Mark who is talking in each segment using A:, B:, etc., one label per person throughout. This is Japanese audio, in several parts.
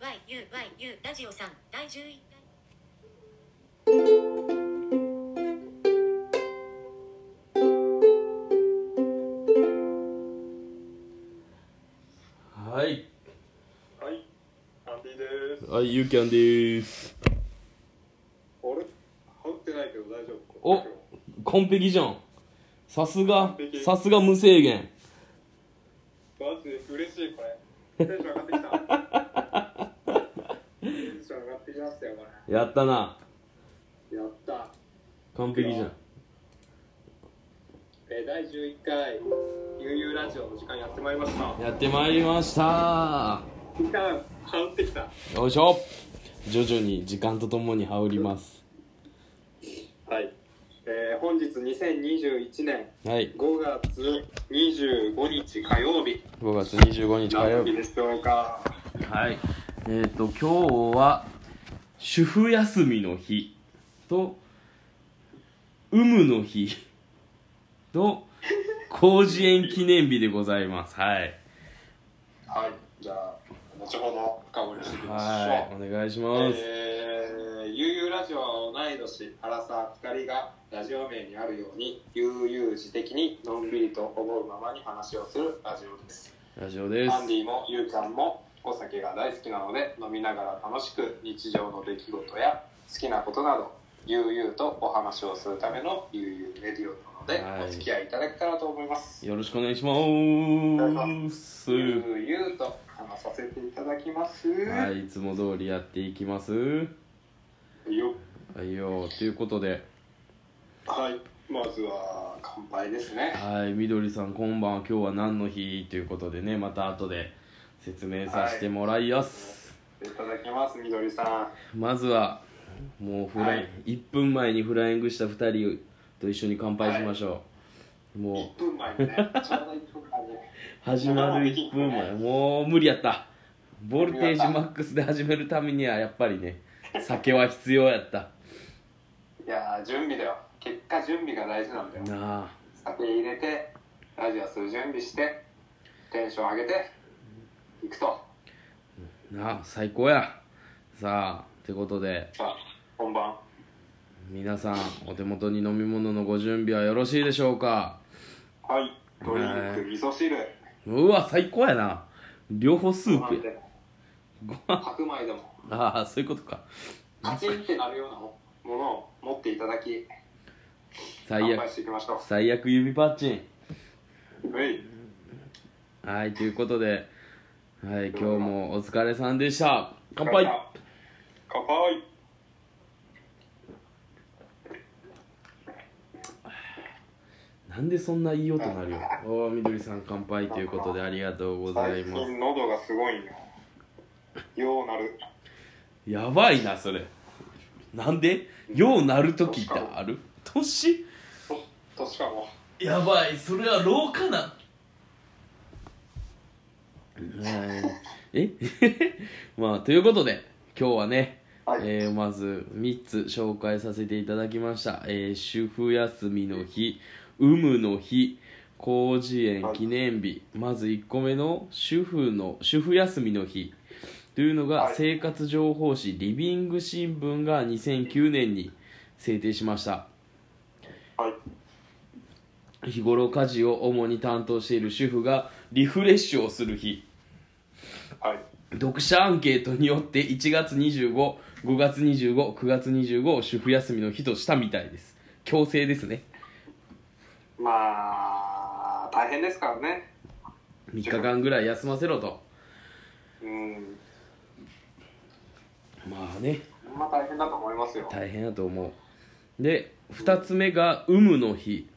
A: UYU ラジオさん第11回
B: はい。
C: はい、アンディです。あれ
B: はい、ゆうきゃんでーす。
C: 羽織ってないけど大丈夫
B: お完璧じゃん。さすが
C: 完、璧
B: さすが無制限。
C: マジで嬉しい、こ れ。テンション上がってきた。テンション上がってきましたよ、こ
B: やったな。
C: れ。やった。
B: 完璧じゃん。
C: えー、第11回、ゆうゆうラジオの時間やってまいりました。
B: やってまいりました
C: 時間、羽織ってきた。
B: よいしょ。徐々に時間とともに羽織ります。
C: はい。えー、本日2021年
B: はい。
C: 5月25日火曜日。
B: 5月25日火
C: 何
B: 曜
C: の日
B: 日。
C: でしょうか。
B: はい。えっ、ー、と、今日は、主婦休みの日と、有無の日 と、工事園記念日でございます。はい。
C: はい。じゃあ、後ほど深掘りしていきましょう。
B: はい。お願いします。
C: えー、ゆうゆうラジオは同い年原沢2人がラジオ名にあるように悠々自適にのんびりと思うままに話をするラジオです
B: ラジオです。
C: アンディもゆうちゃんもお酒が大好きなので飲みながら楽しく日常の出来事や好きなことなど悠々とお話をするための悠々レディオなの
B: は
C: で
B: い
C: お付き合いいただけたらと思います
B: よろしくお願いし
C: お願
B: ま
C: い
B: す。
C: 悠々と話させていただきます、
B: はい、いつも通りやっていきます。
C: よ
B: はいよ、ということで、
C: はいまずは乾杯ですね
B: はい、みどりさん、こんばんは、今日は何の日ということでね、また後で説明させてもらいやす。
C: いただきます、みどりさん。
B: まずは、もうフライ、
C: はい
B: 1分前にフライングした2人と一緒に乾杯しましょう。もう
C: 1分前にね、ちょうど1分前に。
B: 始まる1分前もう無理やったボルテージマックスで始めるためにはやっぱりね酒は必要やった
C: いやー、準備だよ。結果、準備が大事なんだよ。
B: なあ
C: 酒入れて、ラジオする準備して、テンション上げて、いくと。
B: なあ最高やさあってことで
C: さあ、本番。
B: 皆さんお手元に飲み物のご準備はよろしいでしょうか
C: はい、ドリン
B: はい
C: ク、味噌汁。
B: うわ最高やな両方スー
C: ご飯
B: プや
C: でも
B: ご飯
C: 白米でも、
B: ああそういうことか
C: カチンってなるようなものを持っていただき、
B: 最
C: 乾杯
B: 悪
C: していきましょ
B: 最悪指パッチン
C: う。はい、
B: はいということではい今日もお疲れさんでした乾杯
C: 乾杯
B: なんでそんな言い音なるよ。おお、みどりさん乾杯ということでありがとうござい
C: 最
B: ます。
C: 近喉がすごいんよ。ようなる。
B: やばいな、それ。なんでようなるときってある年
C: と、としかも。
B: やばい、それは老化な。はい えまあ、ということで、今日はね、
C: はい
B: えーまず3つ紹介させていただきました、えー主婦休みの日有無の日工事園記念日、まず1個目の主婦の主婦休みの日というのが
C: はい
B: 生活情報誌リビング新聞が2009年に制定しました
C: はい。
B: 日頃家事を主に担当している主婦がリフレッシュをする日
C: はい。
B: 読者アンケートによって1月255月259月25を主婦休みの日としたみたいです強制ですね
C: まあ、大変ですからね。
B: 3日間ぐらい休ませろと
C: うん。
B: まあね
C: まあ大変だと思いますよ。
B: 大変だと思うで2つ目が有無の日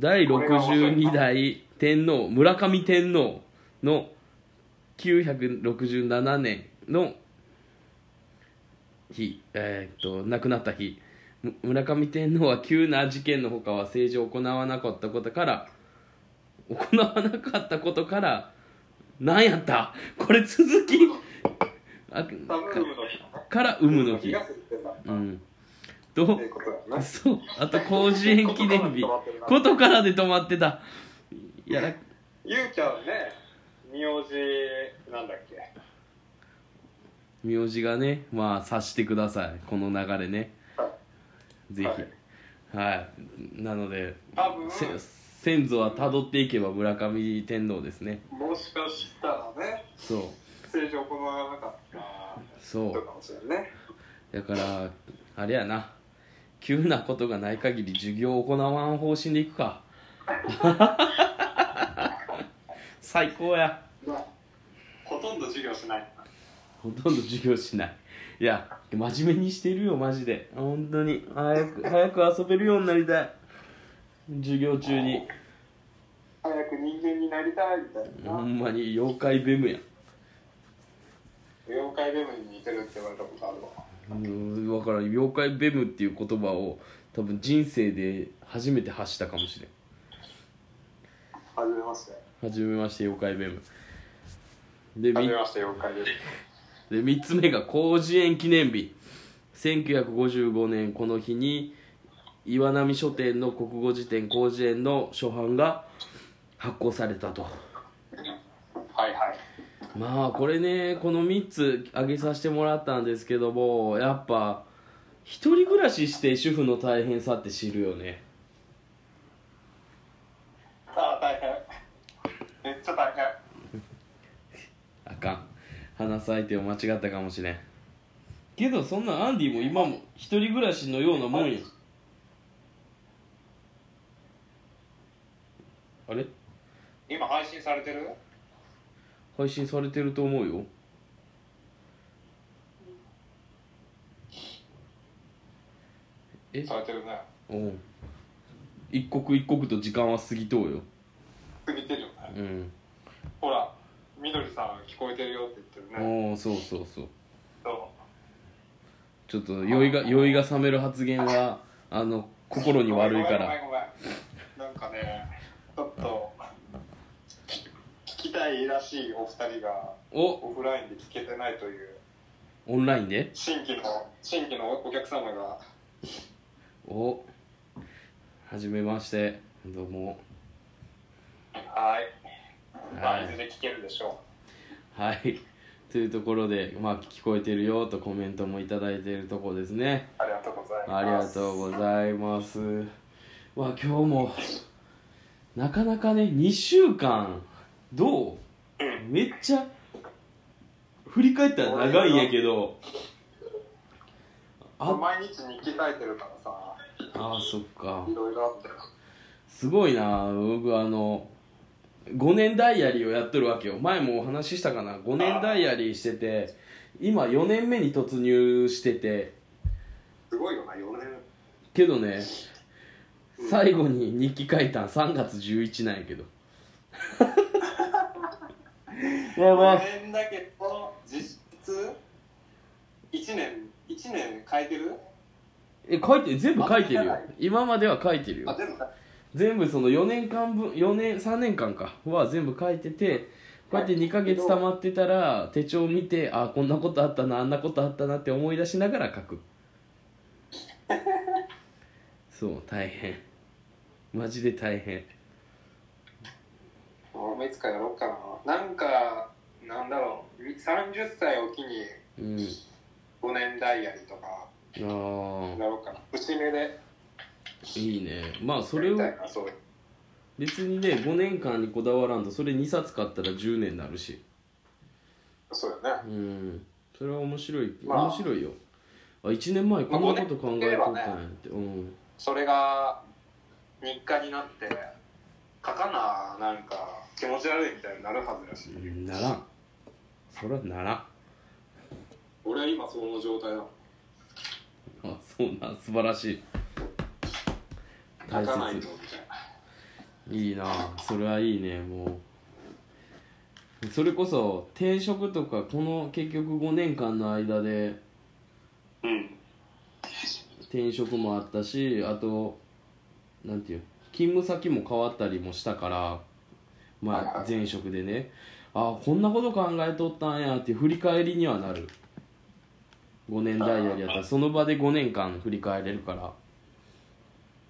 B: 第62代天皇村上天皇の967年の日えーっと亡くなった日む村上天皇は急な事件のほかは政治を行わなかったことから行わなかったことからなんやったこれ続きあか
C: ダムームの日だね。
B: から有無の
C: 日
B: 日
C: が過ぎてた。
B: う
C: っ
B: ん
C: て
B: と
C: いうことだよね。
B: そうあと甲子園記念日
C: こ
B: ことからで止まってたいや
C: ゆうちゃんね、名字、なんだっけ。
B: 名字がねまあ察してくださいこの流れねぜひはい、なので
C: 多分
B: せ先祖は辿っていけば村上天皇ですね
C: もしかしたらね
B: そう
C: 正常行わなかった
B: そ
C: と
B: う
C: かもしれないね
B: だからあれやな急なことがない限り授業を行わん方針でいく か最高や
C: まあほとんど授業しない
B: ほとんど授業しないいや真面目にしてるよマジで本当に早く早く遊べるようになりたい授業中に
C: 早く人間になりたいみたいな、
B: ほんまに妖怪ベムや
C: 妖怪ベムに似てるって言われたことあるわ
B: うんわからん妖怪ベムっていう言葉を多分人生で初めて発したかもしれん
C: 初めまして
B: 初めまして妖怪ベムで
C: 初
B: み
C: めまして妖怪ベム
B: で3つ目が広辞苑記念日1955年この日に岩波書店の国語辞典広辞苑の初版が発行されたと
C: はいはい
B: まあこれねこの3つ挙げさせてもらったんですけどもやっぱ一人暮らしして主婦の大変さって知るよね
C: ああ大変めっちゃ大変
B: あかん話す相手を間違ったかもしれんけどそんなアンディも今も一人暮らしのようなもんやあれ
C: 今配信されてる
B: 配信されてると思うよえ
C: されてるね
B: うん一刻一刻と時間は過ぎとうよ
C: 過ぎてるよね
B: うん
C: ほらみどりさん聞こえてるよって言ってるね
B: おおそうそうそう
C: そ
B: ちょっと酔いが酔いが冷める発言はあの心
C: う
B: に悪いか
C: ごめ
B: ら
C: んごめんごめんなんかねちょっと聞きたいらしいお二人が
B: お
C: オフラインで聞けてないという
B: オンラインで
C: 新規の新規のお客様が
B: おはじめましてどうも
C: はい、ま
B: は
C: あ、いず
B: い、
C: れ聞けるでしょ
B: はい、というところで、まあ、聞こえてるよとコメントもいただいているところですね
C: うありがとうございます
B: ありがとうございますまあ今日もなかなかね2週間どうめっちゃ振り返ったら長いんやけどあ
C: 毎日日記書いてるからさ
B: あーそっか
C: いろいろあって
B: すごいな僕あの5年ダイアリーをやってるわけよ前もお話ししたかな5年ダイアリーしてて今4年目に突入してて
C: すごいよな4年
B: けどね最後に日記書いたん3月11なんやけどやば
C: 4
B: い
C: 年だけど実質1年1年書いてる
B: え書いて全部書いてるよ今までは書いてるよ
C: あ全部書い
B: 全部その4年間分4年3年間かは全部書いててこうやって2ヶ月溜まってたら手帳見てあこんなことあったなあんなことあったなって思い出しながら書 くそう大変マジで大変
C: もういつかやろうかななんかなんだろう30歳を機に
B: うん
C: 5年ダイアリーとか
B: あ
C: やろうかな節目で
B: あいいねまあそ
C: や
B: れ
C: り
B: を
C: たいなそう
B: 別にね5年間にこだわらんとそれ2冊買ったら10年になるし
C: そうよね
B: うんそれは面白い
C: まあ
B: 面白いよあ1年前こんなこと考えとったんやってうん
C: それが日課になって書かななんか気持ち悪いみたいになるはずだし
B: うんならんそらならんあ
C: 俺は今その状態だ
B: そうなん素晴らしい大
C: 書かないと
B: 切
C: みたいない
B: いなそれはいいねもうそれこそ転職とかこの結局5年間の間で
C: うん
B: 転職もあったしあとなんていう勤務先も変わったりもしたから
C: はい
B: ま
C: は
B: あ
C: い
B: 前職でねあこんなこと考えとったんやって振り返りにはなる5年ダイヤルやったらその場で5年間振り返れるから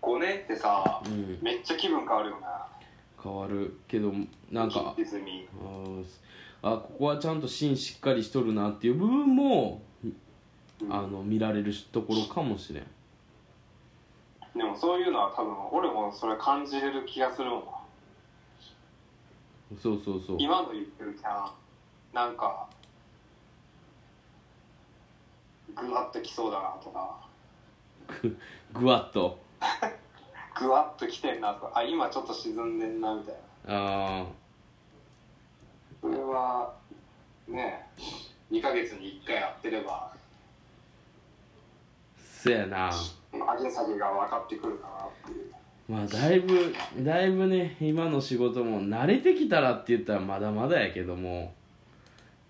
C: 5年ってさ
B: うん
C: めっちゃ気分変わるよな
B: 変わるけどなんか
C: ディズニ
B: あーあここはちゃんと芯しっかりしとるなっていう部分も
C: うん
B: あの見られるところかもしれん
C: でもそういうのは多分俺もそれ感じれる気がするもんな
B: そうそうそう
C: 今の言ってるキャラなんかぐわっときそうだなとか
B: ぐわっと
C: ぐわっときてんなとかあ今ちょっと沈んでんなみたいな
B: あ
C: それはね2ヶ月に1回やってれば
B: ーそやな
C: 上げ下げが分かってくるかなっていう
B: まあだいぶだいぶね今の仕事も慣れてきたらって言ったらまだまだやけども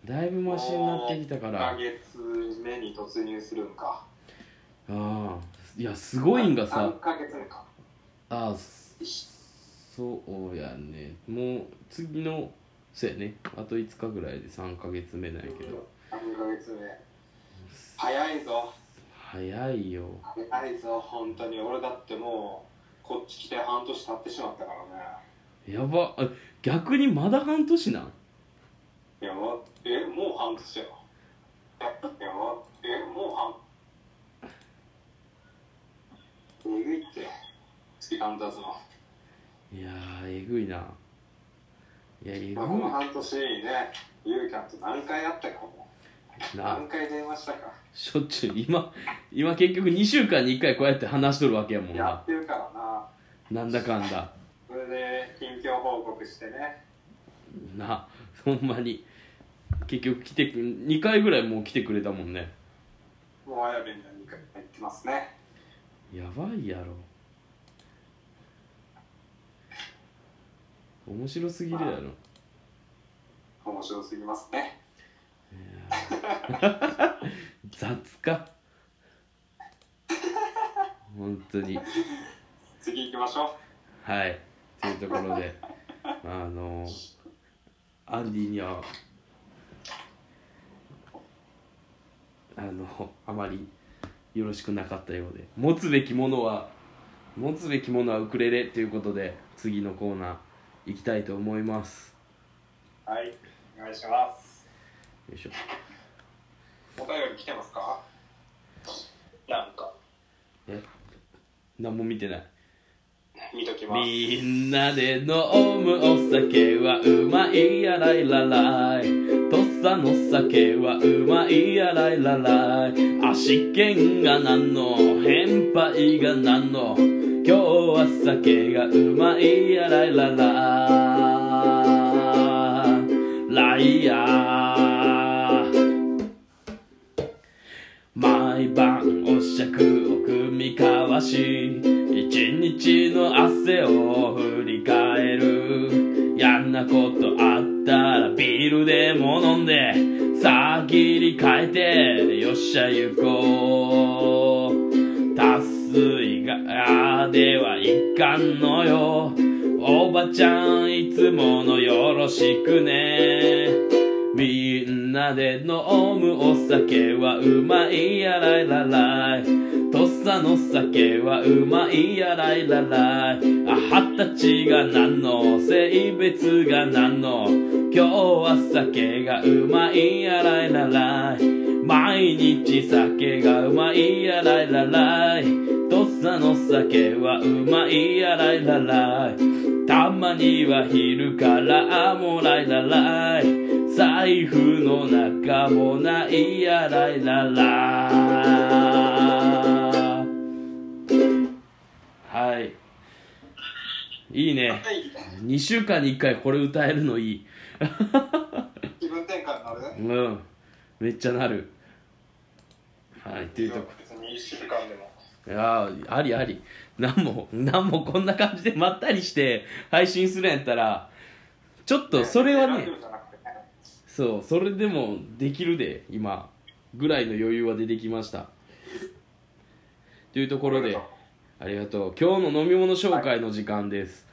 B: だいぶマシになってきたから
C: 2ヶ月目に突入するんか
B: ああいやすごいんがさ
C: 3ヶ月目か
B: ああそそうやねもう次のそうやねあと5日ぐらいで3ヶ月目なんやけど
C: 3ヶ月目早いぞ
B: 早いよ
C: 早いぞ本当に俺だってもうこっち来て半年経ってしまったからね
B: やばあ逆にまだ半年なん
C: いやもうえもう半年よいやもうえもう半えぐいって時間経つの
B: いやーえぐいないやえぐい
C: まあこの半年にねゆうきゃんと何回会ったかも
B: な
C: 何回電話したか
B: しょっちゅう今今結局2週間に1回こうやって話しとるわけやもん
C: や
B: な
C: ってるからな
B: なんだかんだ
C: それで近況報告してね
B: なほんまに結局来てく2回ぐらいもう来てくれたもんね
C: もう綾部には2回行ってますね
B: やばいやろ面白すぎるやろい
C: 面白すぎますね
B: やー雑か本当に
C: 次行きましょう
B: はいというところであのアンディにはあのあまりよろしくなかったようで持つべきものは持つべきものはウクレレということで次のコーナー行きたいと思います
C: はいお願いします
B: よいしょ
C: お便り来てますかなんか
B: え何も見てない
C: 見ときます
B: みんなで飲むお酒はうまいやらいららいとっさの酒はうまいやらいららい足剣がなんの変配がなんの今日は酒がうまいやらいららライアー毎晩お酌を組み交わし一日の汗を振り返る嫌なことあったらビールでも飲んでさあ切り替えてよっしゃ行こう達水がではいかんのよおばちゃんいつものよろしくねみんなで飲むお酒はうまいやらいららいとっさの酒はうまいやらいららいあ二十歳が何の性別が何の今日は酒がうまいやらいららい毎日酒がうまいやらいららいとっさの酒はうまいやらいららいたまには昼からもらいららい財布の中もないやらいららはいいいね
C: はい
B: 2週間に1回これ歌えるのいい
C: 気分転換になる
B: うんめっちゃなるはいというとこ
C: 別に1週間でも
B: いやーありありなんもなんもこんな感じでまったりして配信するんやったらちょっとそれは
C: ラジ
B: ね
C: オじゃなくてね
B: そうそれでもできるで今ぐらいの余裕は出てきましたというところでありがとう今日の飲み物紹介の時間です、
C: はい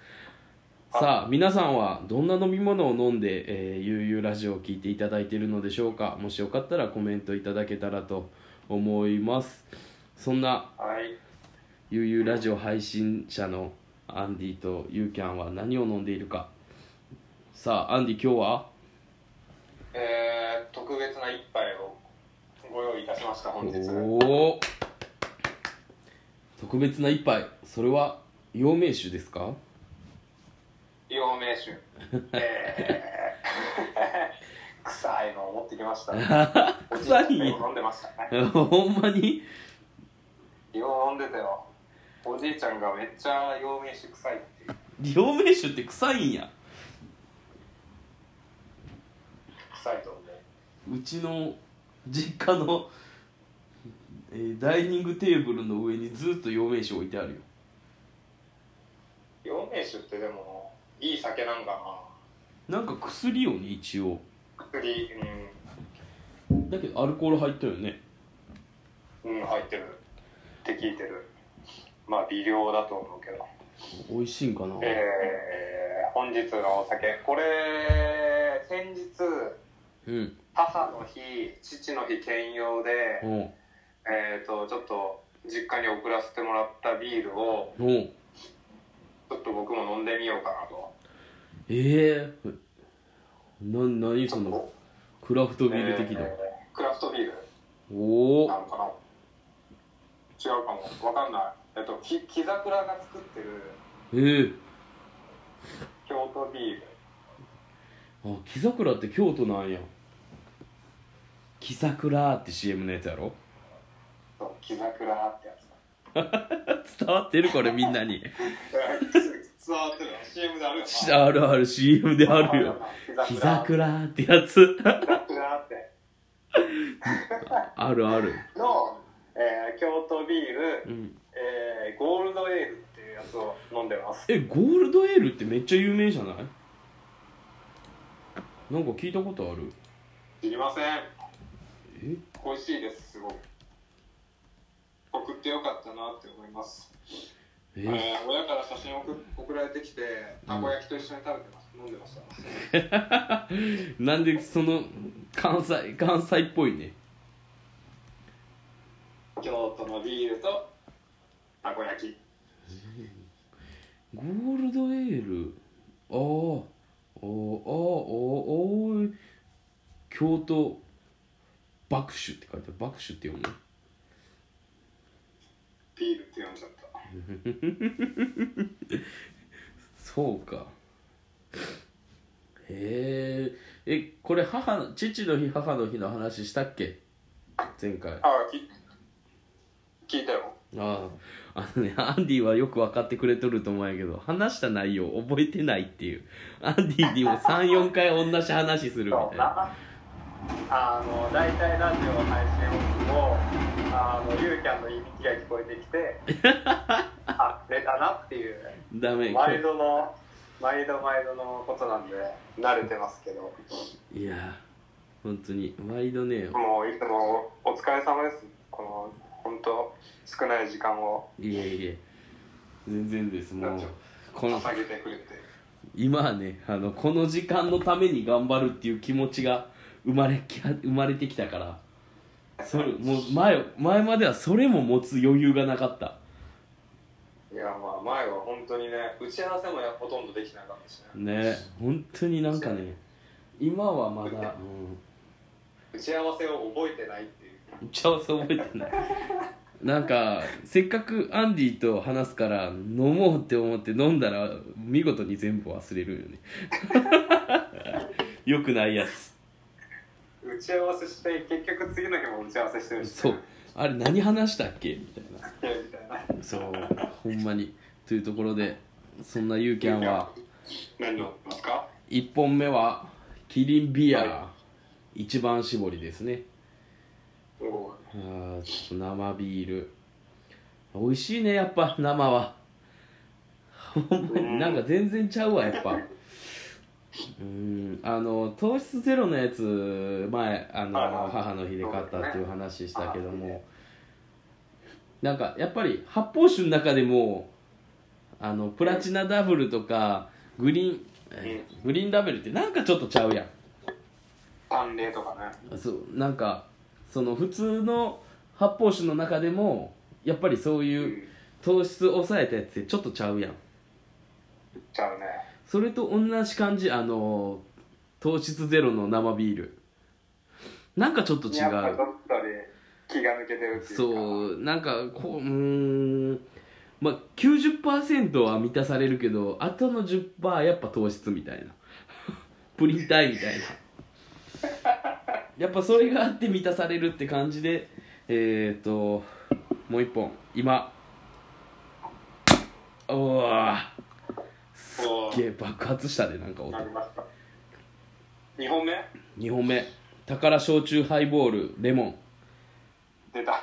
B: さあ皆さんはどんな飲み物を飲んで、えー、ゆうゆうラジオを聞いていただいているのでしょうかもしよかったらコメントいただけたらと思いますそんな
C: はい
B: ゆうゆうラジオ配信者のアンディとゆうキャンは何を飲んでいるかさあアンディ今日は
C: えー、特別な一杯をご用意いたしました本日
B: おお特別な一杯それは陽明酒ですか
C: 陽明酒えー、 臭いのを持ってきました おじいちゃ
B: 臭
C: ん
B: い
C: が飲んでました ね
B: ほんまに
C: よう飲んでたよおじいちゃんがめっちゃ陽明酒臭いっていう
B: 陽明酒って臭いんや
C: 臭いと思う
B: うちの実家の、えーダイニングテーブルの上にずっと陽明酒置いてあるよ
C: 陽明酒ってでもいい酒なんか
B: なんか薬よね一応
C: な薬うん
B: だけどアルコール入ったよね
C: うん、入ってるって聞いてる。まあ、微量だと思うけど。
B: 美味しいんかな
C: えー、本日のお酒、これ、先日、
B: うん
C: 母の日、父の日兼用で、
B: おう
C: えっ、と、ちょっと、実家に送らせてもらったビールを、
B: おう
C: ちょっと僕も飲んでみようかなと。
B: ええー、な何そのクラフトビール的な、
C: えークラフトビール
B: お
C: な
B: お
C: のかな違うかも。わかんない。えっと、き木桜が作ってる
B: ええー、
C: 京都ビール。
B: あ木桜って京都なんや木桜って CM のやつやろ
C: そう、木桜って やつ。
B: 伝わってるこれみんなに
C: 伝わってるの CM であるよな
B: あるある CM であるよ木
C: 膝くら
B: 桜ってやつ
C: って
B: あるある
C: の、えー京都ビール、
B: うん
C: えーゴールドエールっていうやつを飲んでます
B: えゴールドエールってめっちゃ有名じゃないなんか聞いたことある
C: 知りません
B: え
C: 美味しいですすごい送ってよかったなって思います、え
B: え
C: ー親から写真送送られてきてたこ焼きと一緒に食べてます飲んでました
B: なんでその関西関西っぽいね
C: 京都のビールとたこ焼き
B: ゴールドエールああおーおーおーおーい京都爆酒って書いてある爆酒って読む
C: ビールって呼んじゃった
B: そうかへええこれ母の父の日母の日の話したっけ前回あ
C: あき聞いたよ
B: ああのねアンディはよく分かってくれとると思うんやけど話した内容覚えてないっていうアンディにも34回同じ話するみた
C: そう
B: いな
C: なあの大体ラジオの配信音もあのゆうきゃんのいびきが聞こえてきてあ出たなっていう
B: ダメ
C: 毎度の毎度毎度のことなんで慣れてますけども
B: いやー本当に毎度ね
C: ういつもお疲れ様ですこの本当少ない時間を
B: いえいえ全然ですも
C: な
B: うん
C: ちゃう
B: この
C: 捧げてくれて
B: 今はねあのこの時間のために頑張るっていう気持ちが生まれき生まれてきたからそれもう前前まではそれも持つ余裕がなかった
C: いやまあ前は本当にね打ち合わせもやほとんどできなかったしね
B: ね本当になんかね今はまだ、
C: 打ち合わせを覚えてないっていう
B: うん、打ち合わせ覚えてないなんかせっかくアンディと話すから飲もうって思って飲んだら見事に全部忘れるよね よくないやつ
C: 打ち合わせして結局次の日も打ち合わせしてるし
B: そうあれ何話したっけみたいな
C: みたいな
B: そうほんまにというところでそんなユーキャンは
C: 何飲みますか
B: 1本目はキリンビア
C: は
B: 一番搾りですね
C: おお
B: あーちょっと生ビール美味しいねやっぱ生は ほんまになんか全然ちゃうわやっぱうんあの糖質ゼロのやつ前あの
C: はいはい
B: 母の日で買ったっていう話したけどもなんかやっぱり発泡酒の中でもあのプラチナダブルとかグリーンえグリーンラベルってなんかちょっとちゃうやん
C: 淡麗とかね
B: そうなんかその普通の発泡酒の中でもやっぱりそう
C: う
B: いうん糖質抑えたやつってちょっとちゃうやん
C: ちゃうね
B: それと同じ感じあの糖質ゼロの生ビールなんかちょっと違
C: やっぱ
B: う
C: ちょっとね気が抜けてるっていうか
B: そうなんかこううーんまあ90%は満たされるけどあとの10%やっぱ糖質みたいな プリン体みたいなやっぱそれがあって満たされるって感じでえっ、ー、ともう一本今おーすっげえ爆発したでなんか音
C: なりました2本目
B: 2本目宝焼酎ハイボールレモン
C: 出た
B: は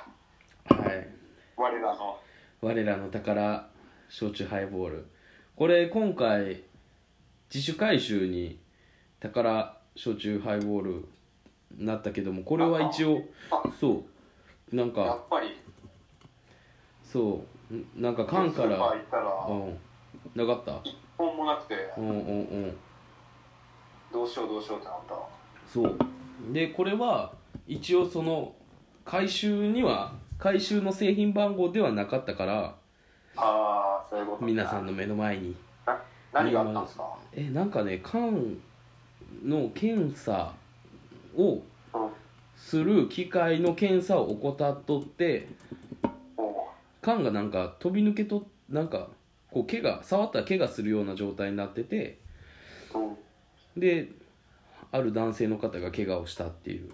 B: い
C: 我らの
B: 我らの宝焼酎ハイボールこれ今回自主回収に宝焼酎ハイボールなったけどもこれは一応
C: あ
B: そうなん
C: やっ
B: か
C: ぱり
B: そうんなんか缶か
C: スーパー行
B: ら
C: ったら
B: うんなかった
C: 1本もなくて
B: うんうんうん
C: どうしようどうしようってなった
B: そうでこれは一応その回収には回収の製品番号ではなかったから
C: ああそういうこと
B: 皆さんの目の前に
C: な何があったんですか
B: えなんかね缶の検査を
C: うんお
B: する機械の検査を怠っとって缶がなんか飛び抜けとなんかこう怪我触ったら怪我するような状態になってて
C: うん
B: である男性の方が怪我をしたっていう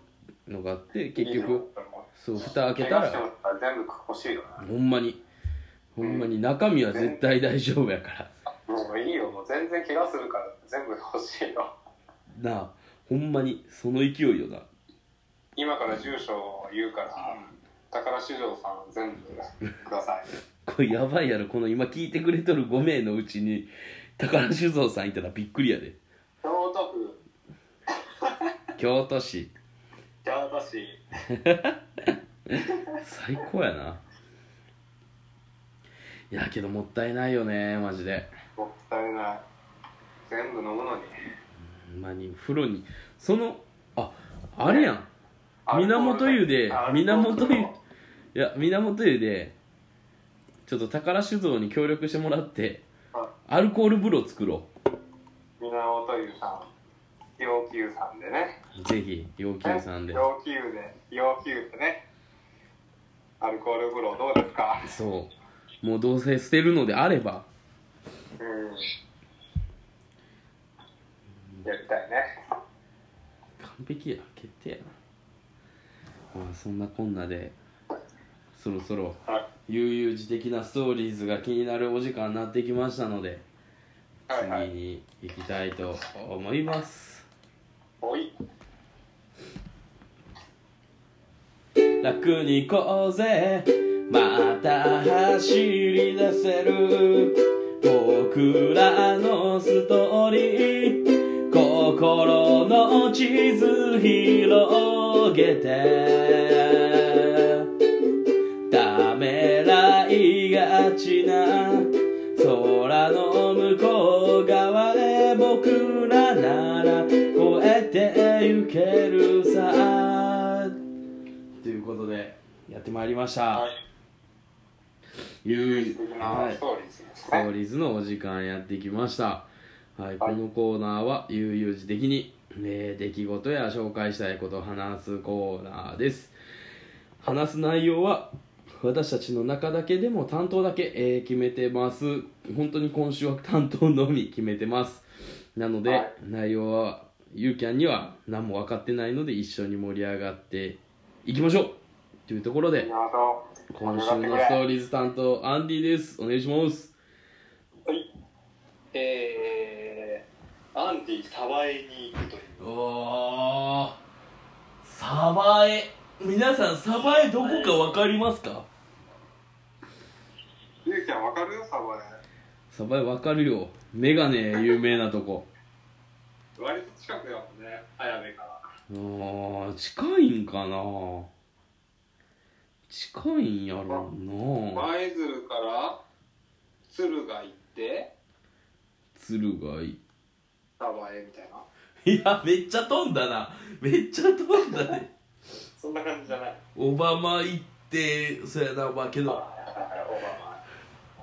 B: のがあって結局そう蓋開けた
C: 怪我しても
B: ら
C: らったら全部欲しいよ
B: ほんまにほんまに中身は絶対大丈夫やから
C: なもういいよもう全然怪我するから全部欲しいよ
B: なあほんまにその勢いよな
C: 今から住所を言うから宝市場さん全部く ださい
B: これやばいやろこの今聞いてくれとる5名のうちに宝酒造さんいたらびっくりやで
C: 京都府
B: 京都市
C: 京都市
B: 最高やないやけどもったいないよねマジで
C: もったいない全部飲むのに
B: ほんまに風呂にそのああれやん源湯で
C: アルコー
B: 源
C: ル
B: 湯いや源湯でちょっと宝酒造に協力してもらって
C: あ
B: アルコール風呂作ろ
C: 源湯さん要求さんでね
B: うぜひ要求さんで
C: 要求で要求でねアルコール風呂どうですか
B: そうもうどうせ捨てるのであれば
C: うんやりたいね
B: 完璧や決定やな、まあ、そんなこんなでそろそろ
C: はい
B: 悠々自適なストーリーズが気になるお時間になってきましたので
C: はいはい
B: 次に行きたいと思います、
C: おい
B: 楽に行こうぜまた走り出せる僕らのストーリー心の地図広げてためらいがちな空の向こう側へ僕らなら越えてゆけるさということでやってまいりました、
C: はい
B: ゆ
C: 素敵なストーリーですね、
B: ストーリーズのお時間やってきました、はい、このコーナーは悠々自適に、えー出来事や紹介したいことを話すコーナーです話す内容は私たちの中だけでも担当だけ、えー決めてます本当に今週は担当のみ決めてますなので、
C: はい
B: 内容はゆうきゃんには何も分かってないので一緒に盛り上がっていきましょうというところで
C: なるほど
B: 今週のストーリーズ担当アンディですお願いします
C: はいえー、アンディ沢江に行くという
B: おーサバエ皆さんサバエどこかわかりますか
C: ゆうきゃんわかるよ沢江
B: サバエわかるよメガネ有名なとこ
C: 割と近くやもんね綾部から
B: あー近いんかな近いんやろうな
C: 舞鶴から敦賀行って
B: 鶴がい
C: 沢へみたいない
B: やめっちゃ飛んだなめっちゃ飛んだね
C: そんな感じじゃない
B: オバマ行ってそやなまあけ
C: オ
B: ど
C: バ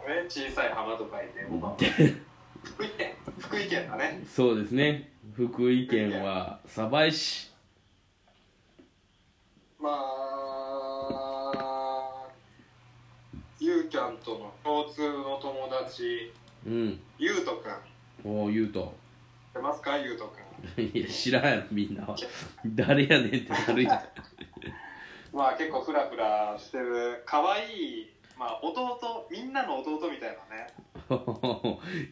C: マね小さい浜とかいてオバマ福井県福井県だね
B: そうですね福井県は鯖江市
C: 達
B: うん
C: ゆうとくん
B: おお言うと
C: 出ますかゆうとくん
B: いや知らんやろみんなは誰やねんってなるやん
C: まあ結構フラフラしてる可愛いまあ弟みんなの弟みたいなね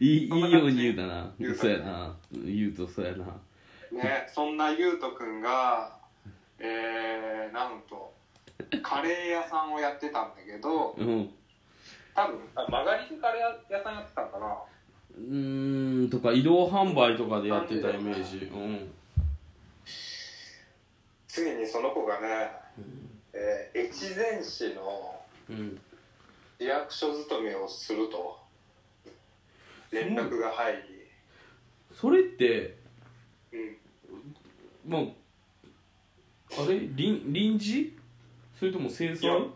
B: いいいいように言うだな
C: 言うた
B: そう
C: ね
B: やな言うとそうやな
C: ねそんなゆうとくんがえー、なんとカレー屋さんをやってたんだけど
B: うん
C: 多分あ曲がりでカレー屋さんやってたんかな
B: うーんとか移動販売とかでやってたイメージうん
C: ついにその子がね、えー越前市の
B: うん
C: 市役所勤めをすると連絡が入
B: それって
C: り、うん、
B: もうあれ臨臨時それとも制裁
C: いや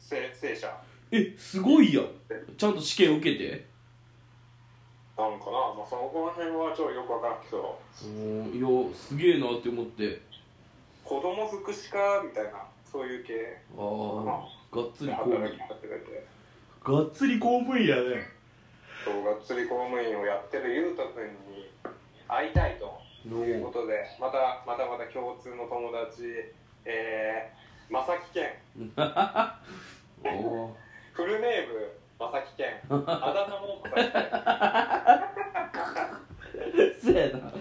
C: せ正社
B: えすごいやんちゃんと試験受けて
C: なのかな、まあ、そのこの辺はちょっとよくわからんけど
B: うんいやすげえなって思って
C: 子供福祉課みたいなそういう系
B: ああがっつり
C: で
B: 公務
C: 働
B: 員
C: き始めて
B: がっつり公務員やね
C: そうがっつり公務員をやってるゆうとくんに会いたいということでまたまたまた共通の友達えー、正木健
B: おお
C: フルネーム正木健あだ名も正木 健
B: そうやな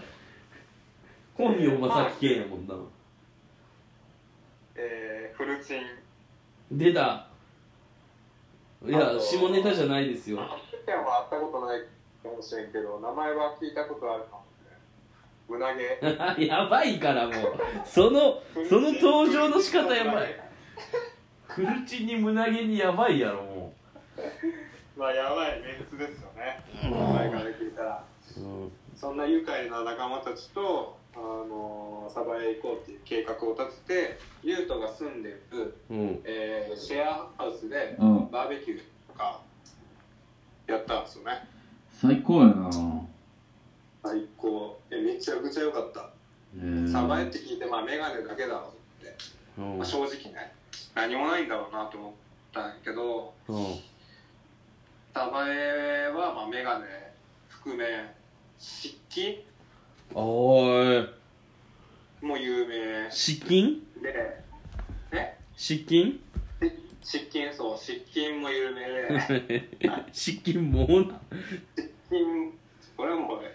B: 本名正木健やもんな
C: えー、フルチン
B: 出たいや
C: あと
B: 下ネタじゃないですよ
C: 正木健は会ったことないかもしれんけど名前は聞いたことあるかもねうなげ
B: やばいからもうそのその登場の仕方やばいクルチンに胸毛にやばいやろも
C: まあやばいメンツですよね前から聞いたら
B: う、うん、
C: そんな愉快な仲間たちと、あのー、サバへ行こうっていう計画を立ててユウトが住んでる、
B: うん、
C: えーシェアハウスで
D: うん
C: バーベキューとかやったんですよね
D: 最高やな
C: 最高えめちゃくちゃ良かった、
D: えー
C: サバエって聞いてまあ眼鏡だけだろうって、
B: うん
C: まあ、正直ね何もないんだろうなと思ったんやけど
B: う
C: サバエはまあ眼鏡含め漆器
B: ん、おーい
C: も有名
B: 湿菌
C: でね
B: 湿 菌
C: 失禁そう失禁も有名で 失
B: 湿菌もうな
C: 禁これはもうね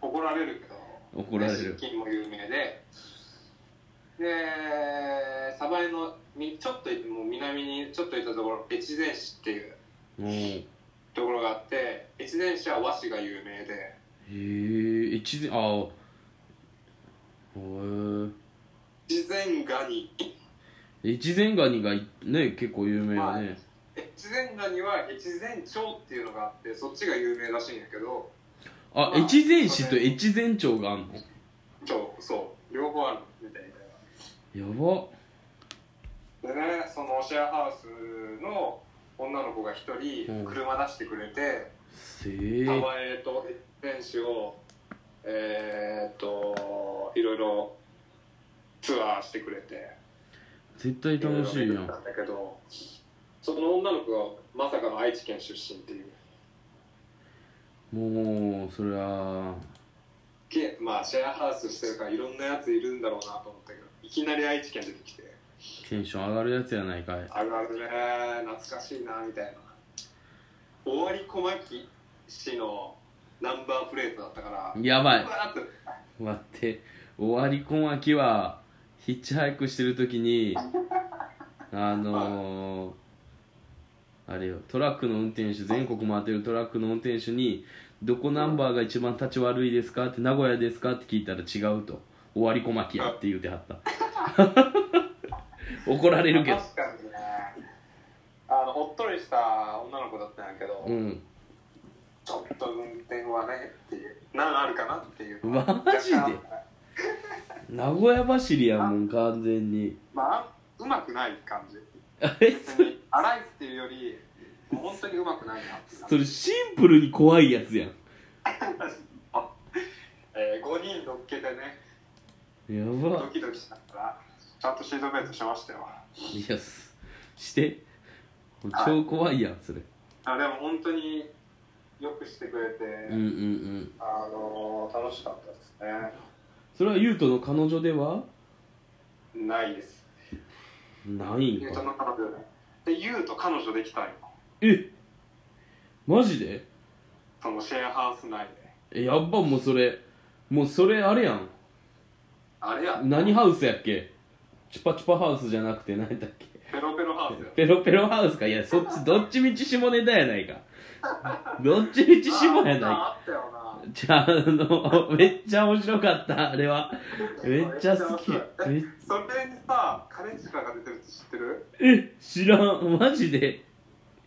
C: 怒られるけど
B: 怒られる
C: 失禁も有名でで鯖江のみちょっともう南にちょっと行ったところ越前市っていう
B: うんへ
C: ところがあって越前市は和紙が有名で
B: え越前ああへえ
C: 越前ガニ
B: 越前ガニがいね結構有名やね
C: 越前ガニは越前町っていうのがあってそっちが有名らしいんやけど
B: あ
C: まあ
B: 越前市と越前町があんの
C: 町そう両方あるみたいな
B: やば
C: でねそのシェアハウスの女の子が一人車出してくれて
B: せ
C: 名
B: ー
C: 前と選手をえーっといろいろツアーしてくれて
B: 絶対楽しいや
C: ろろ巡った
B: ん
C: んだけどその女の子がまさかの愛知県出身っていう
B: もうそりゃ
C: けまあシェアハウスしてるからいろんなやついるんだろうなと思ったけどいきなり愛知県出てきて
B: テンション上がるやつやないかい
C: あるあるね懐かしいなみたいな尾張小牧市のナンバープレートだったから
B: やばいう
C: わーっと
B: 待って終わりこまきはヒッチハイクしてる時にあのー、あれよトラックの運転手全国回ってるトラックの運転手に「どこナンバーが一番立ち悪いですか?」って「名古屋ですか?」って聞いたら違うと「終わりこまきや」って言うてはった 怒られるけど
C: 確かにねあのおっとりした女の子だったんやけど、
B: うん
C: ちょっと運転はねっていう何あるかなっていう
B: マジで
C: 若干
B: 名古屋走りやもん完全に
C: まあうまくない感じ
B: え
C: 別
B: それ
C: に荒いっていうよりもう本当にうまくないなって
B: それシンプルに怖いやつやん
C: えー、5人乗っけてね
B: や
C: ド
B: ば
C: キドキしながらちゃんとシートベルトしましたよ
B: いやすして超怖いやんそれ
C: あでも本当によくしてくれて、
B: うんうんうん
C: あのー楽しかったですね
B: それは優斗の彼女では
C: ないです
B: ないん
C: ゆうと
B: か
C: の彼女でゆうと彼女できたんよ
B: えマジで
C: そのシェアハウス内で
B: えやっばもうそれもうそれあれやん
C: あれや
B: 何ハウスやっけチュパチュパハウスじゃなくて何だっ け
C: ペロペロハウスよ
B: ペロペロハウスかいやそっちどっちみち下ネタや ないかどっちみち下やないか
C: ああったよな
B: じゃああのめっちゃ面白かったあれはめっちゃ好き
C: めっ面白い
B: めっ
C: えそれにさ兼近が出てるって知ってる
B: え知らんマジで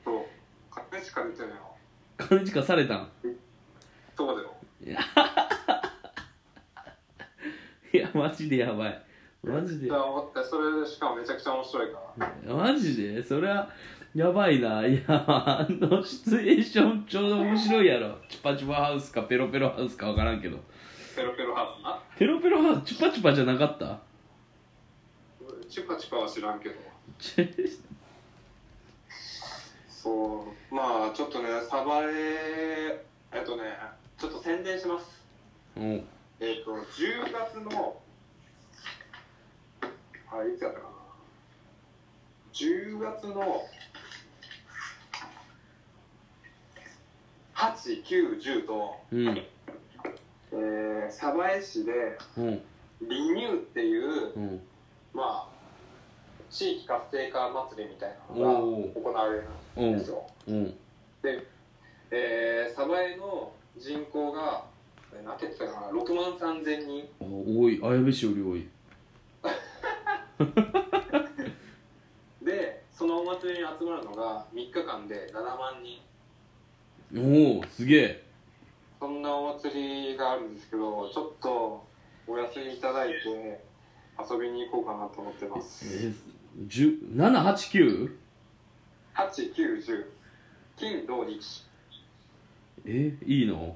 C: そう兼近出てるよ
B: 勘違いされたん
C: そうだよ
B: いやマジでやばいマジで
C: いや思ったそれしかもめちゃくちゃ面白いから
B: マジでそれはやばいないやあのシチュエーションちょうど面白いやろチュパチュパハウスかペロペロハウスか分からんけど
C: ペロペロハウスな
B: ペロペロハウスチュパチュパじゃなかった
C: チュパチュパは知らんけど
B: チュ
C: そうまあちょっとねサバレえっとねちょっと宣伝します
B: お
C: えっ、と10月のあいつやったかな10月の8910と、
B: うん
C: えー、鯖江市で
B: うん
C: リニューっていう
B: うん
C: まあ地域活性化祭りみたいなのが
B: おー
C: 行われ
B: う
C: るん
B: ん
C: ですよ
B: うん
C: えー、鯖江の人口が、えーなんて言ってたかな、6万3000人、
B: あ多い綾部市より多い
C: で、そのお祭りに集まるのが3日間で7万人、
B: おおすげえ
C: そんなお祭りがあるんですけど、ちょっとお休みいただいて、遊びに行こうかなと思ってます。
B: え789
C: 8、9、10、金、土、日、
B: えいいの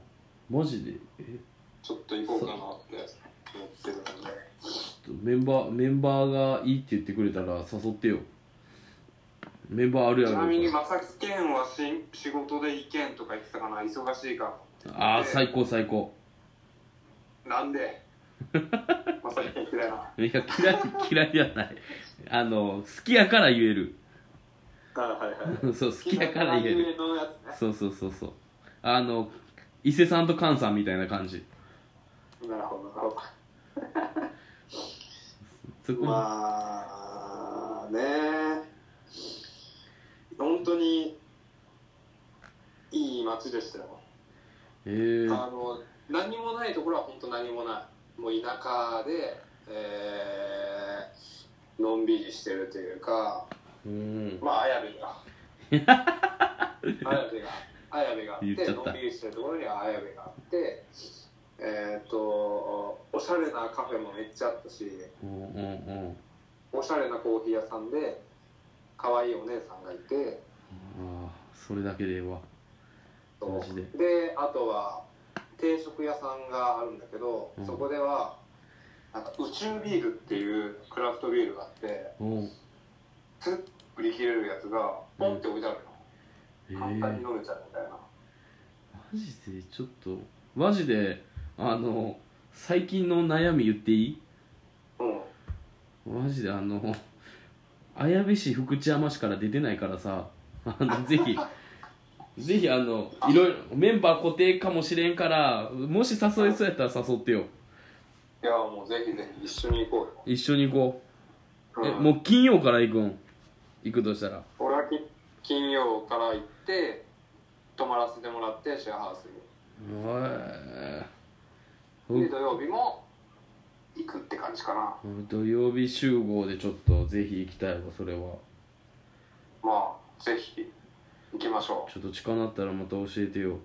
B: マジでえ
C: ちょっと行こうかなって思ってるので、
B: ちょっとメンバーメンバーがいいって言ってくれたら誘ってよメンバーあるや
C: ち
B: ろ
C: なみに、
B: うか
C: まさきけんはし仕事で行けんとか言ってたかな、忙しいから。
B: ああ最高最高
C: なんでまさに嫌いな。
B: いや嫌い嫌いじゃないあの好きやから言える
C: はいはいはい。
B: そう好きやから言える
C: のやつ
B: そうそうそうそうあの伊勢さんと菅さんみたいな感じ
C: ね。なるほどなるほ
B: そこ、
C: ど。まあね本当にいい街でしたよ。
B: え
C: あ
B: ー、
C: の何もないところは本当何もない。もう田舎で、えーのんびりしてるというか、
B: うん
C: まあ綾部が。綾部が綾部があって
B: 言っちゃった
C: のんびりしてるところには綾部があってえっ、とおしゃれなカフェもめっちゃあったし
B: うんうんうん
C: おしゃれなコーヒー屋さんで可愛いお姉さんがいて
B: ああそれだけでええわ
C: そう
B: マジで
C: であとは定食屋さんがあるんだけど、
B: うん
C: そこではなんか宇宙ビールっていうクラフトビールがあって
B: お
C: すっ売り切れるやつがポンって置いてある
B: ええ
C: の、簡単に飲めちゃうみたいな。
B: マジでちょっとマジであの最近の悩み言っていい
C: うん
B: マジであの綾部市福知山市から出てないからさあのぜ ひぜひあのいろいろメンバー固定かもしれんからもし誘いそうやったら誘ってよ
C: いやもうぜひぜひ一緒に行こ
B: 一緒に行こ
C: う
B: うえ
C: よ、うん
B: もう金曜から行くん行くとしたら
C: 俺はき金曜から行って泊まらせてもらってシェアハウスに
B: おいう
C: で土曜日も行くって感じかな
B: 土曜日集合でちょっとぜひ行きたいわそれは
C: まあぜひ行きましょ
B: ちょっと近なったらまた教えてよ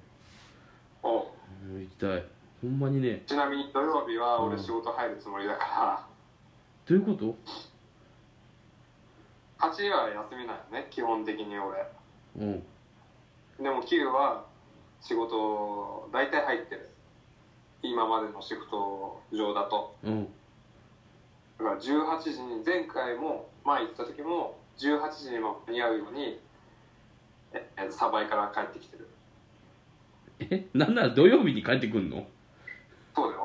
C: うおう
B: うん行きたいほんまにね
C: ちなみに土曜日は
B: う
C: 俺
B: ん
C: 仕事入るつもりだか
B: どういうこと
C: ら8は 休みなんよね基本的に俺
B: うん
C: でも9は仕事大体入ってる今までのシフト上だと
B: うん
C: だから18時に前回も前行った時も18時に間に合うように、ええーサバイから帰ってきてる
B: えなんなら土曜日に帰ってくんの
C: そうだ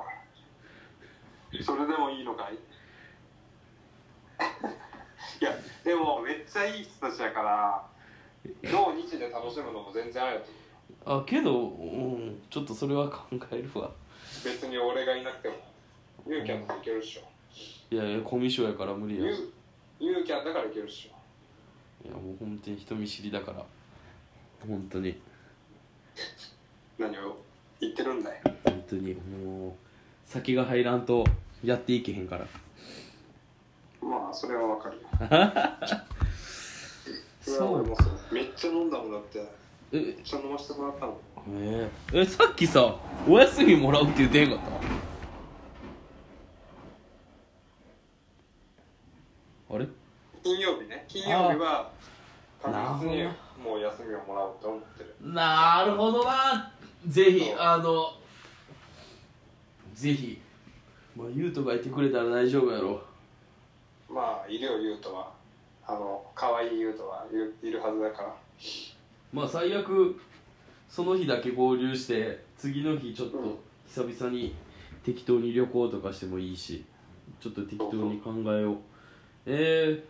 C: よそれでもいいのかい いやでもめっちゃいい人たちだから土日で楽しむのも全然あると思う
B: あけど、うん、ちょっとそれは考えるわ
C: 別に俺がいなくてもユーキャンとかいけるっしょ
B: いやいやコミュ障やから無理やい
C: ユ
B: や
C: ーユーキャンだからいけるっしょ
B: もう本当に人見知りだから本当に
C: 何を言ってるんだよ
B: 本当にもう先が入らんとやっていけへんから
C: まあそれはわかるよ
B: そう
C: それは俺もそうめっちゃ飲んだもんだってめっ
B: え
C: ちゃ飲ませてもらったもん
B: ええさっきさお休みもらうって言ってへんかったあれ
C: 金曜日ね金曜日は確実にもう休みをもらおうと思ってる
B: なるほどなぜひ
C: そう
B: あのぜひまあ優斗がいてくれたら大丈夫やろ
C: まあ医療優斗はあの可愛い優斗はいるいるはずだから
B: まあ最悪その日だけ合流して次の日ちょっと久々に適当に旅行とかしてもいいしちょっと適当に考えようえ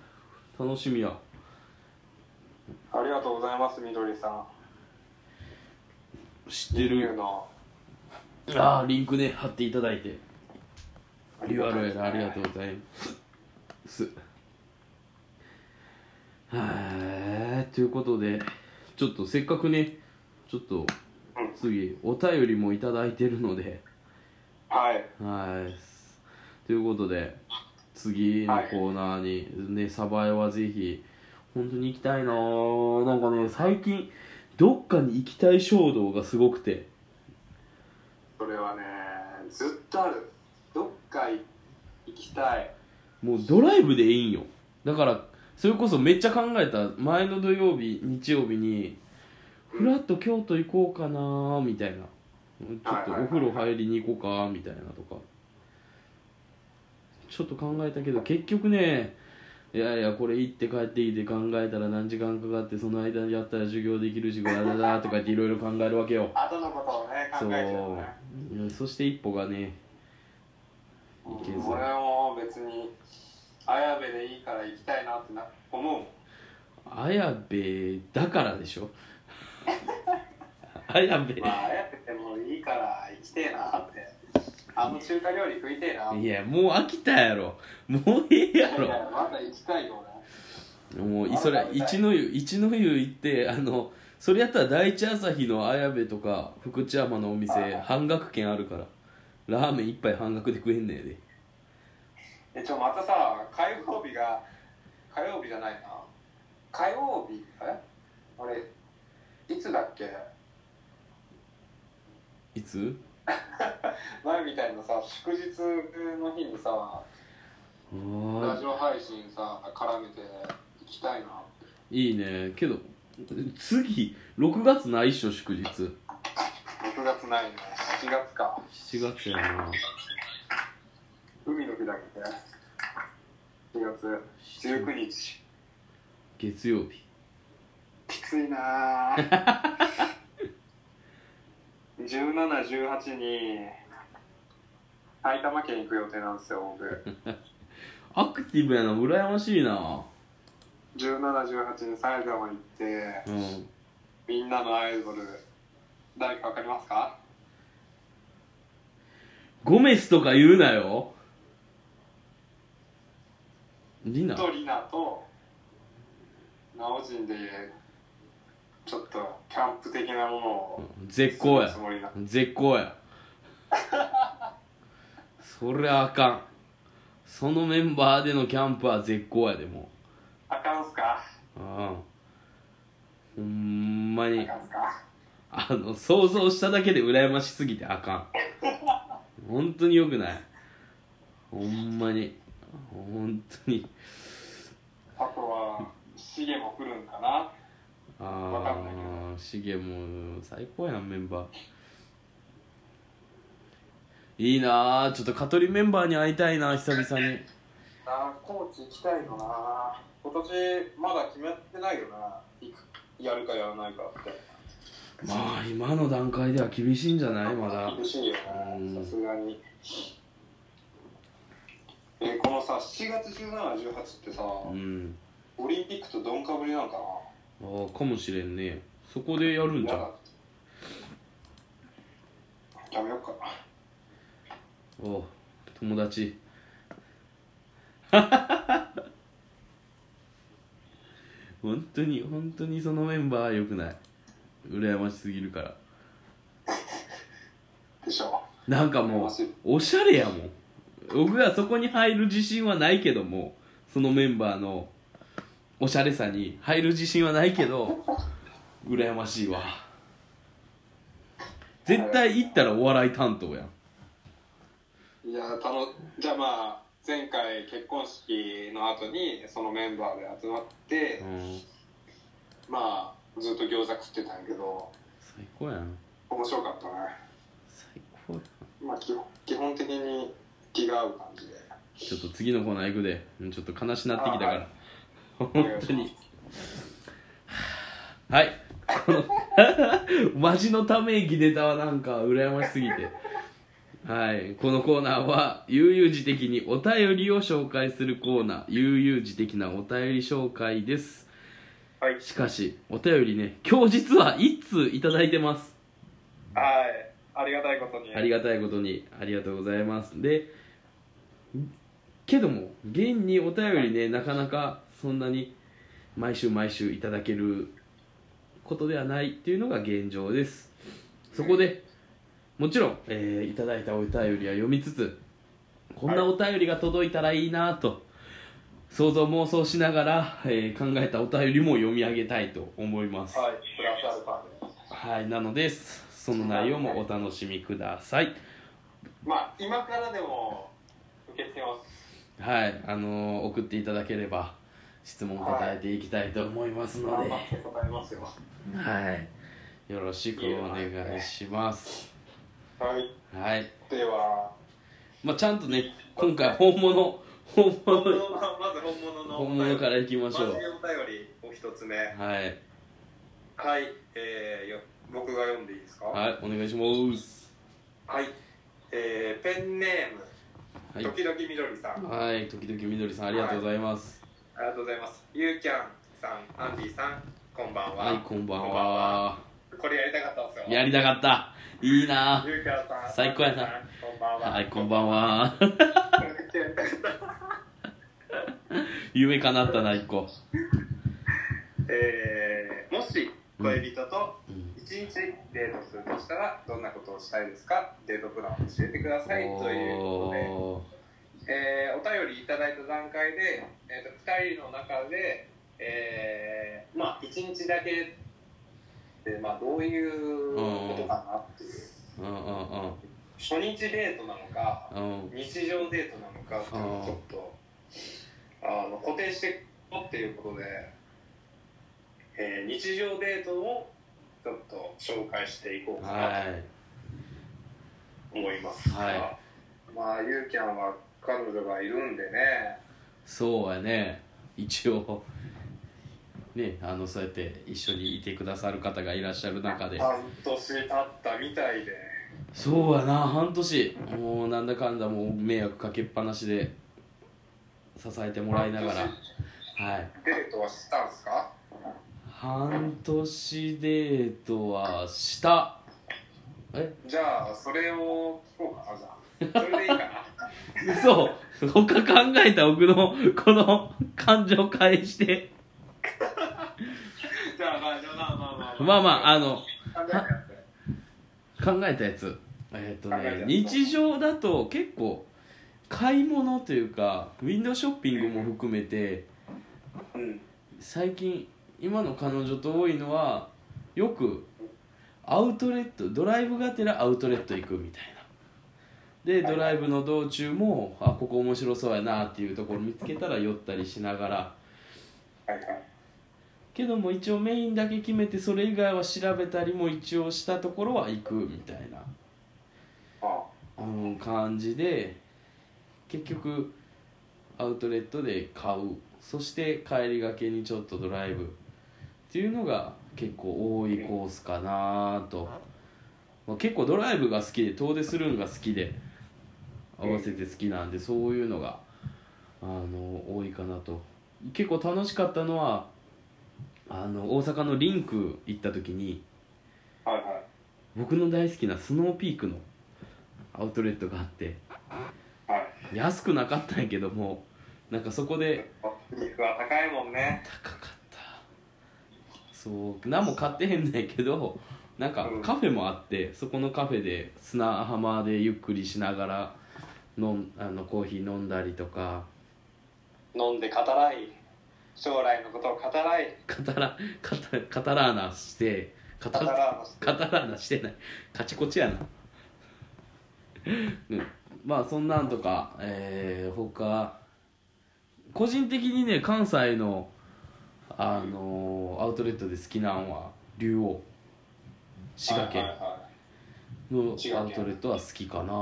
B: ー、楽しみや
C: ありがとうございますみどりさん
B: 知って
C: リュウ
B: る
C: の
B: ああリンクね貼っていただいて
C: ありがとうござい
B: URL
C: ます
B: ありがとうございますはいということでちょっとせっかくねちょっと
C: うん
B: 次お便りもいただいてるので
C: はい
B: はい。ということで、次のコーナーに、ね、サバイはぜひ、本当に行きたいなぁ。なんかね、最近、どっかに行きたい衝動がすごくて。
C: それはねずっとあるどっかい行きたい
B: もうドライブでいいんよだからそれこそめっちゃ考えた前の土曜日日曜日にふらっと京都行こうかなーみたいなちょっとお風呂入りに行こうかーみたいなとかちょっと考えたけど結局ねいやいやこれ行って帰ってきて考えたら何時間かかってその間やったら授業できるしガラガラとかっていろいろ考えるわけよ
C: 後のことをね考
B: そう
C: えちゃうね
B: うんそして一歩がね
C: う
B: いけず
C: ん俺も別に綾部でいいから行きたいなってな思うもん
B: 綾部だからでしょ 綾部
C: まあ、やってもいいから行きてえなって。あの中華料理食いてえな。
B: いやもう飽きたやろもうええや
C: い
B: ろ
C: やまた行きたいよ
B: もういそれ一の湯一の湯行ってあのそれやったら第一朝日の綾部とか福知山のお店半額券あるからラーメン一杯半額で食えんねやで
C: 俺。え、ちょ、またさ、火曜日が、火曜日じゃないな。火曜日、えあれ、いつだっけ
B: いつ
C: 前みたいなさ、祝日の日にさ、ラ
B: ああ
C: ジオ配信さ、絡めて行きたいな。
B: いいねけど次6月ないっしょ祝日
C: 6月ないね。7月か。
B: 7月やな
C: 海の日だっけ ?7 月19日。
B: 月曜日
C: きつい なぁ1718に埼玉県行く予定なんですよ僕
B: アクティブやな羨ましいな
C: 1718に埼玉行って
B: うん
C: みんなのアイドル誰かわかりますか
B: ゴメスとか言うなよリナ
C: とリナとナオジンでちょっとキャンプ的なものを
B: 絶好や
C: するつもりな
B: 絶好やそりゃあかんそのメンバーでのキャンプは絶好やでも
C: あかんすか
B: うあほんま
C: あ
B: に
C: かんすか
B: あの想像しただけで羨ましすぎてあかん本当によくないほんまに本当に
C: あとはシゲも来るんかなわか
B: あ
C: んないけ
B: あシゲも最高やんメンバーいいなあちょっと香取メンバーに会いたいな久々に
C: あー高知行きたいのな今年まだ決まってないよな行くやるかやらないかって
B: まあ今の段階では厳しいんじゃないまだ
C: 厳しいよ
B: うん
C: ねさすがにえこのさ7月1718ってさ、
B: うん
C: オリンピックとどんかぶりなんかな
B: ああかもしれんねそこでやるんじゃん
C: や
B: あ
C: だやめようかな
B: あ友達 本当に本当にそのメンバー良くない羨ましすぎるから
C: でしょ
B: なんかもうおしゃれやもん僕がそこに入る自信はないけどもそのメンバーのおしゃれさに入る自信はないけど羨ましいわ絶対行ったらお笑い担当やん
C: いやたのじゃあまあ前回結婚式の後にそのメンバーで集まって、
B: うん
C: まあずっと餃子食ってたんやけど
B: 最高やん
C: 面白かったね
B: 最高やん
C: まあ基本基本的に気が合う感じで
B: ちょっと次のコーナー行くでうんちょっと悲しなってきたか
C: あは
B: ら
C: い
B: 本当にはいこの マジのため息出たわなんか羨ましすぎてはいこのコーナーは悠々自適にお便りを紹介するコーナー悠々自適なお便り紹介です
C: はい
B: しかしお便りね今日実は1通いただいてます
C: はいありがたいことに
B: ありがたいことにありがとうございますでけども現にお便りねなかなかそんなに毎週毎週いただけることではないっていうのが現状ですそこでもちろん、えーいただいたお便りは読みつつこんなお便りが届いたらいいなと想像妄想しながら、えー考えたお便りも読み上げたいと思います
C: はいプラスアルファで
B: はいなのでその内容もお楽しみください
C: まあ今からでも受け付けます
B: はい、あのー送っていただければ質問答えていきたいと思いますの
C: 頑
B: で、
C: 張って答えますよ
B: はい、よろしくお願いします。
C: はい
B: はい、
C: では
B: まあ、ちゃんとね、今回本物、本
C: 本
B: 物、
C: 物のまず本物の
B: 本物からいき
C: お
B: ま
C: 便
B: しょう
C: りマジ。でお便りを一つ目
B: はい、
C: はいえー、よ僕が読んでいいですか
B: はい、お願いします。
C: はい、えー、ペンネーム、
B: はい、
C: 時々みどりさん、
B: はい、時々みどりさん、ありがとうございます。
C: ありがとうございます。ゆうきゃんさん、アンディさん、こんばんは。
B: はい、こんばん
C: こんばん
B: は。
C: これやりたかったんですよ。
B: やりたかった。いいな。
C: ゆうきゃんさん、
B: 最高やな
C: アンディさん。こんばんは。
B: はい、こんばんは。
C: これめっちゃやりたかった
B: 夢叶ったな、一個。
C: えー、もし恋人と
B: うん
C: 一日デートするとしたら、どんなことをしたいですかデートプランを教えてください。ということで。
B: お
C: えーお便りいただいた段階で、えー、と2人の中で、えーまあ、1日だけで、まあ、どういうことかなっていう
B: ー、うんう
C: 初日デートなのか
B: んうん。うん
C: 日常デートなのかっていうのをちょっとあの固定していこうっていうことで、えー日常デートをちょっと紹介していこうかなと
B: はい。
C: 思いますが、
B: は
C: まあゆうきゃんは彼女がいるんでね
B: そうやね。一応、ね、あの、そうやって一緒にいてくださる方がいらっしゃる中で。
C: 半年経ったみたいで
B: そうやな、半年。もう、なんだかんだ、もう迷惑かけっぱなしで、支えてもらいながら。はい。
C: デートはしたんすか
B: 半年デートはした。え
C: じゃあそれを聞こうかなじゃあそれでいいかな
B: 嘘他考えた僕の、この感情返して。
C: じゃあまあじゃあまあまあ
B: まあまあ、あ
C: の
B: の、考えたやつえーっ、と
C: 考えた
B: ね
C: やつ
B: 日常だと結構買い物というかウィンドウショッピングも含めて
C: うん
B: 最近今の彼女と多いのはよくアウトレットドライブがてらアウトレット行くみたいなでドライブの道中もあここ面白そうやなっていうところ見つけたら寄ったりしながら
C: はいはい
B: けども一応メインだけ決めてそれ以外は調べたりも一応したところは行くみたいな
C: あ
B: あの感じで結局アウトレットで買うそして帰りがけにちょっとドライブっていうのが結構多いコースかなと、まあ、結構ドライブが好きで遠出するんが好きで合わせて好きなんでそういうのがあの多いかなと結構楽しかったのはあの大阪のリンク行った時に
C: はいはい
B: 僕の大好きなスノーピークのアウトレットがあって
C: はい
B: 安くなかったんやけどもなんかそこで
C: 肉は高いもんね
B: 高かったそう何も買ってへんねんけどなんかカフェもあってそこのカフェで砂浜でゆっくりしながらのんあのコーヒー飲んだりとか
C: 飲んで語らい将来のことを語らい
B: カタラカタカタラーナしてカ
C: 語
B: タ
C: らうのして
B: カタラーナしてないカチコチやな、うん、まあそんなんとかえー、他個人的にね関西のあのーアウトレットで好きなんは竜王滋賀県
C: はいはいは
B: の
C: 滋賀
B: アウ
C: 県
B: トレットは好きかな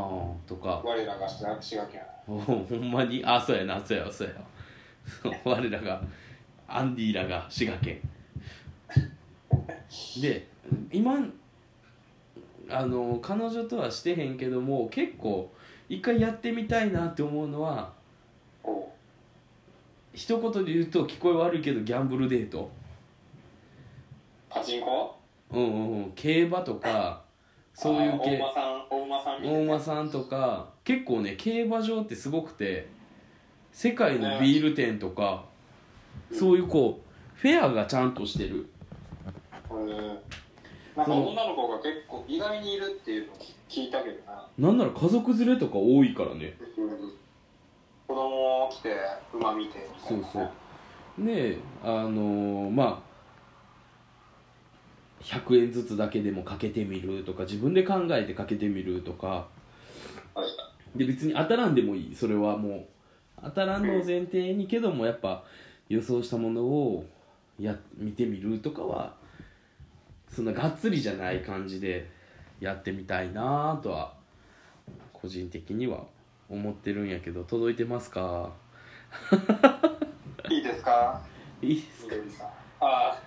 B: とか
C: い、我らが滋賀滋賀県
B: おほんまにあそうやなそうやそうやそう我らがアンディらが滋賀県で今あの彼女とはしてへんけども結構一回やってみたいなって思うのは
C: おう
B: 一言で言うと聞こえ悪いけどギャンブルデート
C: パチンコ
B: うんうんうん競馬とかそういう
C: あー大
B: 系
C: 馬さん大馬さんみたい
B: 大
C: な
B: 間さんとか結構ね競馬場ってすごくて世界のビール店とか、
C: うん
B: そういうこうフェアがちゃんとしてる
C: うんなん
B: そ
C: か
B: の
C: 女の子が結構意外にいるっていうのを聞いたけどな、
B: なんなら家族連れとか多いからね
C: 子供来て馬見てみた
B: そ
C: いうな
B: そうであのーまあ100円ずつだけでもかけてみるとか自分で考えてかけてみるとか
C: はい
B: で別に当たらんでもいいそれはもう当たらんのを前提にけどもやっぱ予想したものをや見てみるとかはそんながっつりじゃない感じでやってみたいなとは個人的には思ってるんやけど届いてますか
C: いいですか
B: いいっす
C: みどりさんああ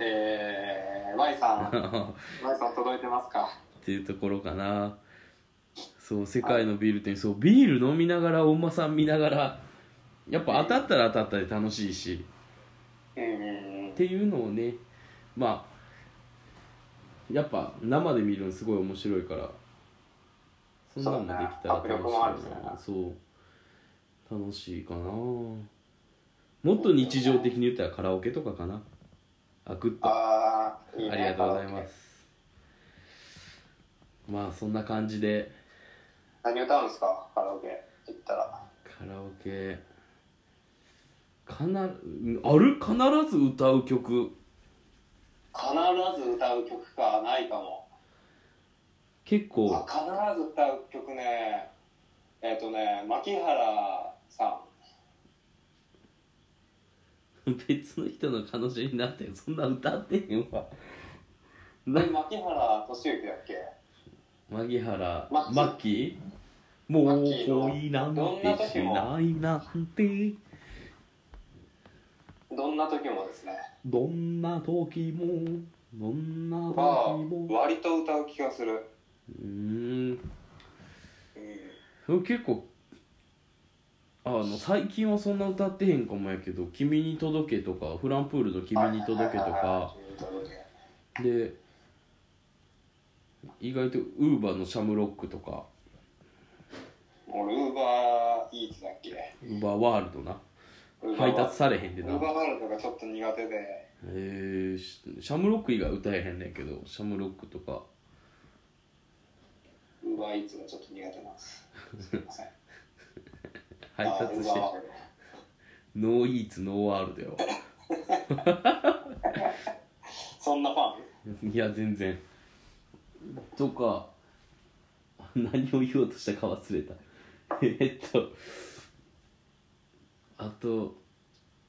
C: えー、舞さん
B: か
C: 舞さん届いてますか
B: っていうところかなそう世界のビール店そうビール飲みながらお馬さん見ながらやっぱ当たったら当たったで楽しいし
C: うんうん
B: っていうのをねまあやっぱ生で見るのすごい面白いからそんなのもできたら楽しい
C: そうだね迫力もあるしね
B: なそう楽しいかなもっと日常的に言ったらカラオケとかかなあグッとあ
C: ああいいね
B: りがとうございますまあそんな感じで
C: 何歌うんですかカラオケ行ったら
B: カラオケかなある必ず歌う曲
C: 必ず歌う曲かないかも
B: 結構
C: あ必ず歌う曲ねえっ、とね牧原さん
B: 別の人の彼女になってそんな歌ってへんわな
C: え牧原俊之だっけ
B: 牧原
C: マッキー
B: マッキーもう
C: マッキーの
B: 恋なんてしないなんて
C: どんな時 もですね
B: どんな時もどんな時
C: は
B: も
C: 割と歌う気がする、
B: うーん
C: うん、
B: それ結構あの最近はそんな歌ってへんかもやけど「君に届け」とか「フランプールの君に届け」とか
C: 君に届け
B: で意外とウーバーの「シャムロック」とか
C: 俺ウーバーイーツだっけ
B: ウーバーワールドな
C: ウーバー
B: 配達されへん
C: ウ
B: でな
C: ーバーワールドがちょっと苦手で
B: えー、シシャムロック以外歌えへんねんけどシャムロックとか
C: ウーバーイーツがちょっと苦手なんですすいません
B: 配達して
C: あー Uber
B: ノーイーツノーワールドよ
C: そんなファン
B: いや全然とか何を言おうとしたか忘れた えっとあと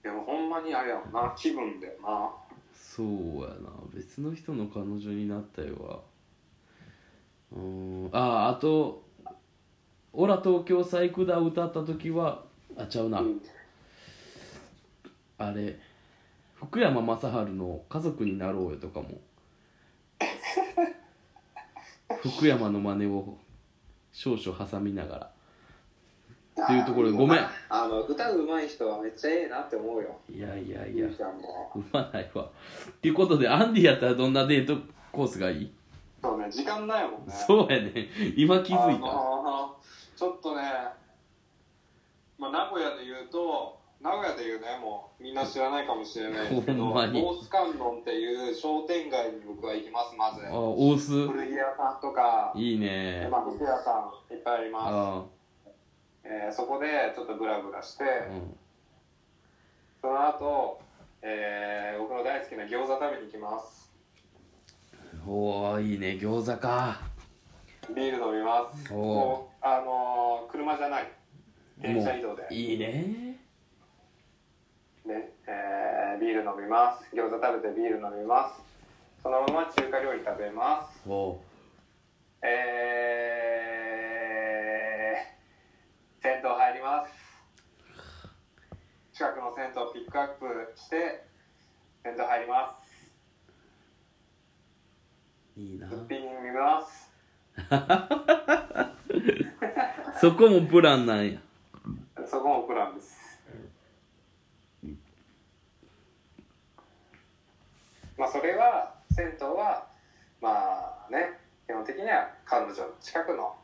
C: でもほんまにあれやもんな気分だよな
B: そうやな別の人の彼女になったよはうーんあああと「オラ東京サイクダ」歌った時はあちゃうな、
C: うん
B: あれ福山雅治の「家族になろうよ」とかも 福山の真似を少々挟みながっていうところでごめん
C: あの歌うまい人はめっちゃええなって思うよ
B: らいやいやい
C: ゆ
B: や
C: うちゃんも
B: うまないわっていうことでアンディやったらどんなデートコースがいい
C: そうね時間ないもんね
B: そうやね今気づい
C: あ
B: た
C: のちょっとね、まあ、名古屋で言うと名古屋で言うねもうみんな知らないかもしれないですけど
B: ほんまに
C: 大須観音っていう商店街に僕は行きますまず
B: あ大須
C: 古着屋さんとか
B: いい
C: ま
B: ね
C: あ服屋さんいっぱいありま
B: あ
C: す、えーそこでちょっとブラブラして
B: あうん
C: その後、えー僕の大好きな餃子食べに行きます
B: おおいいね餃子か
C: ビール飲みます
B: お
C: こうあのー車じゃない電車移動で
B: いいね
C: ね、えービール飲みます餃子食べてビール飲みますそのまま中華料理食べます
B: おお
C: えー、銭湯入ります近くの銭湯ピックアップして銭湯入ります
B: いい な
C: すっぴん見ます
B: そこもプランなんや
C: そこもプランですまあそれは銭湯はまあね基本的には彼女の近くの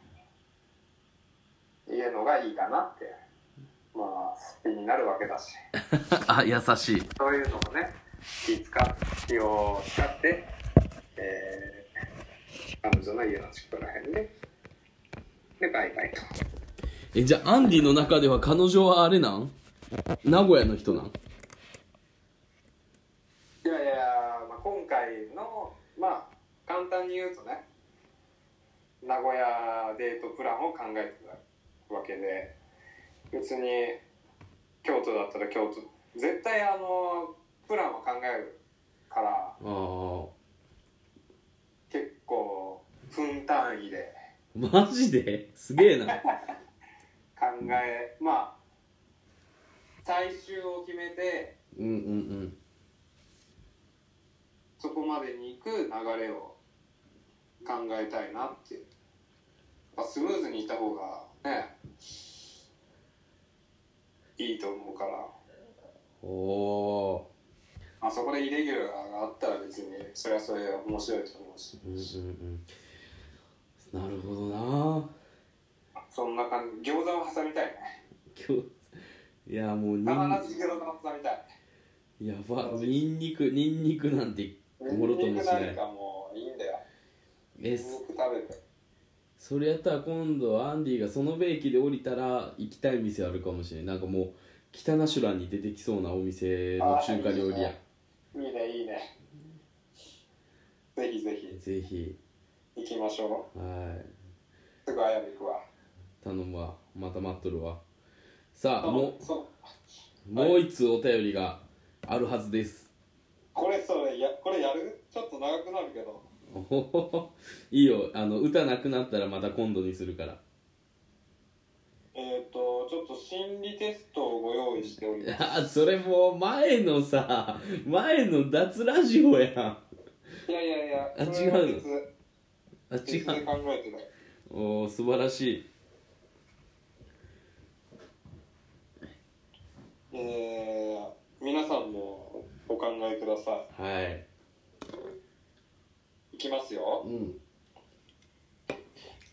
C: 家のがいいかなってまあすっぴんになるわけだし
B: あ優しい
C: そういうのもね気使っ気を使って、えー彼女の家の近くら辺ででバイバイと
B: えじゃあアンディの中では彼女はあれなん名古屋の人なん
C: いやいや、まあ、今回の、まあ、簡単に言うとね、名古屋デートプランを考えてたわけで、別に京都だったら京都、絶対あの、プランは考えるから、
B: ああ
C: 結構、分単位で
B: マジですげえな
C: 考え、まあ、最終を決めて、
B: うんうんうん
C: そこまでに行く流れを考えたいなっていう、まあ、スムーズにいった方がねいいと思うから、
B: おお
C: まあ、そこでイレギュラーがあったら別にそれはそれで面白いと思うし
B: ーうんうんうんなるほどな
C: そんな感じ餃子を挟みたいね
B: 今日いやもうにん
C: 必ず餃子を挟みたい
B: やばニンニクニンニクなんてもろと
C: ニンニ
B: も
C: ク
B: しな
C: な
B: んい
C: かもういいんだよ
B: え
C: ニンニク食べて
B: それやったら今度はアンディがそのベ駅で降りたら行きたい店あるかもしれないなんかもう北ナシュランに出てきそうなお店の中華料理
C: あ
B: や
C: いいねいいねぜひぜひ
B: ぜひ
C: 行きましょ
B: はい
C: すぐ綾部行くわ
B: い頼むわまた待っとるわさあも
C: そう
B: うもう一通お便りがあるはずです
C: これそれやこれやるちょっと長くなるけど
B: おほほほいいよあの歌なくなったらまた今度にするから
C: えっ、とちょっと心理テストをご用意しており
B: い
C: ま
B: や
C: す
B: それもう前のさ前の脱ラジオやんあ
C: いやいやいや
B: あ
C: これは
B: 違うの
C: 別
B: 違
C: 別で
B: う
C: 考えてない
B: おー素晴らしい
C: えー、皆さんもお考えくださ
B: はい
C: いいきますよ
B: うん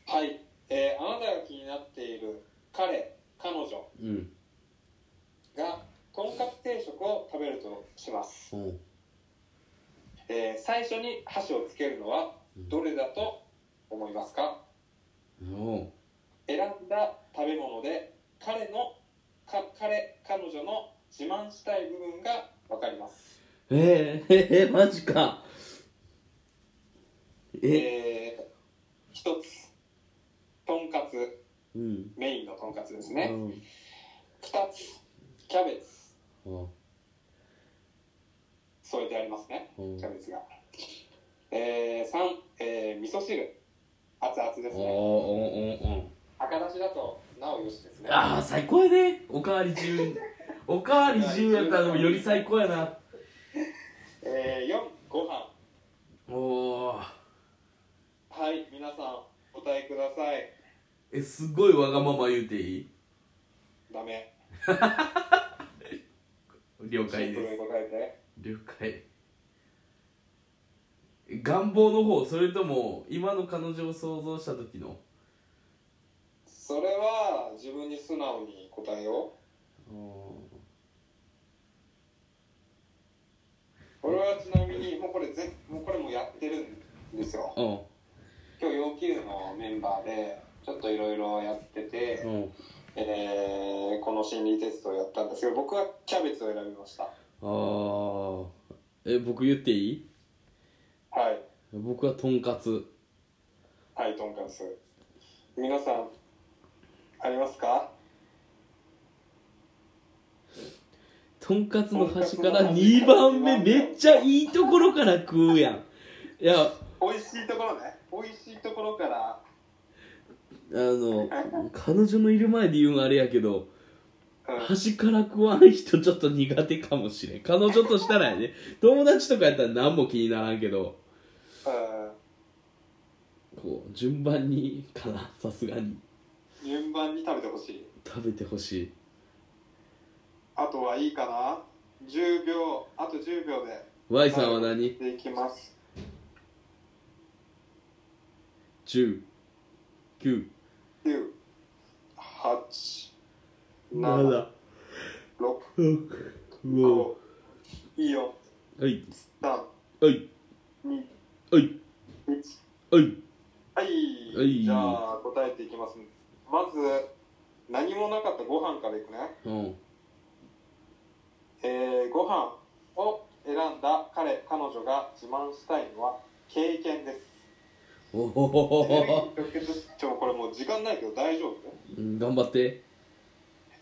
C: はい、えー、あなたが気になっている彼彼女
B: うん
C: がとんかつ定食を食べるとします、
B: お
C: えー、最初に箸をつけるのはどれだと思いますか、
B: お
C: 選んだ食べ物で彼のか彼彼女の自慢したい部分が分かります
B: えー、えー、マジかえ
C: えー、一つとんかつ
B: うん
C: メインのとんかつです
B: う
C: ね
B: ん
C: 二つキャベツ
B: お
C: 添えてありますね
B: お
C: キャベツが、えー、三、えー、味噌汁熱々です
B: お
C: ね
B: おお
C: 赤だしだとなおよしですね
B: ああ最高やねおかわり自由おかわり自由やったらでもより最高やな
C: 答えください
B: えすごいわがまま言うていい
C: ダメ
B: 了
C: シ
B: 解
C: ンプルに
B: です
C: 答えて
B: 了解願望の方それとも今の彼女を想像した時の
C: それは自分に素直に答えようこれはちなみにもうこれぜもうこれもやってるんですよ
B: うんうん
C: 今日陽気湯のメンバーでちょっといろいろやってて、えーこの心理テストをやったんですけど僕はキャベツを選びました
B: ああえ僕言っていい
C: はい
B: 僕はとんかつ
C: はいとんかつ皆さんありますか
B: とんかつの端から2番目めっちゃいいところから食うやんいやあ
C: 美味しいところね美味しいところから
B: の彼女のいる前で言うんあれやけど
C: うん
B: 端から食わん人ちょっと苦手かもしれん彼女としたらや ね友達とかやったら何も気にならんけど
C: うん
B: こう順番にかなさすがに
C: 順番に食べてほしい
B: 食べてほしい
C: あとはいいかな10秒あと10秒で
B: Y さんは何
C: でいきます
B: 1 9
C: 987
B: 7
C: 6
B: 6 5
C: 5いいよ
B: はい
C: 3
B: はい
C: 2
B: はい
C: 1
B: はい
C: はい、
B: はい
C: じゃあ答えていきますまず何もなかったご飯からいくね
B: うん
C: えー、ご飯を選んだ彼彼女が自慢したいのは経 験です
B: おお
C: エネルギーに直結しちょこれもう時間ないけど大丈夫
B: 頑張って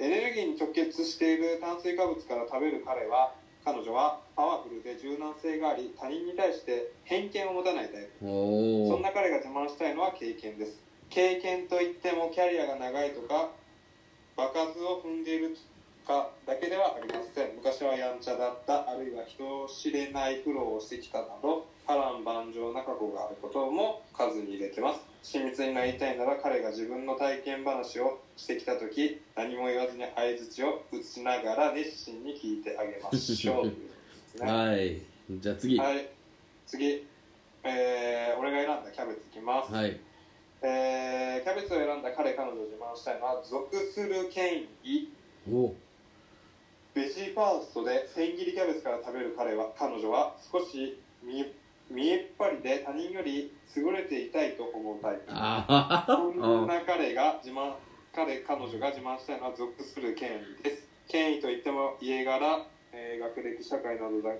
C: エネルギーに直結している炭水化物から食べる彼は彼女はパワフルで柔軟性があり他人に対して偏見を持たないタイプ
B: お
C: そん
B: お
C: な彼が自慢したいのは経験です経験といってもキャリアが長いとか場数を踏んでいるとかだけではありません昔はやんちゃだったあるいは人を知れない苦労をしてきたなど波乱万丈な過去があることも数に入れてます親密になりたいなら彼が自分の体験話をしてきた時何も言わずに相づちを打ちながら熱心に聞いてあげましょうということですね
B: はいじゃあ次は
C: はい、次、えー、俺が選んだキャベツいきます、
B: い
C: えーキャベツを選んだ彼彼女を自慢したいのは属する権威
B: お
C: ベジファーストで千切りキャベツから食べる彼は彼女は少し見見えっ張りで他人より優れていたいと思うタイプ
B: あ
C: そんな彼が自慢彼彼女が自慢したいのは属する権威です権威といっても家柄、えー学歴社会などだ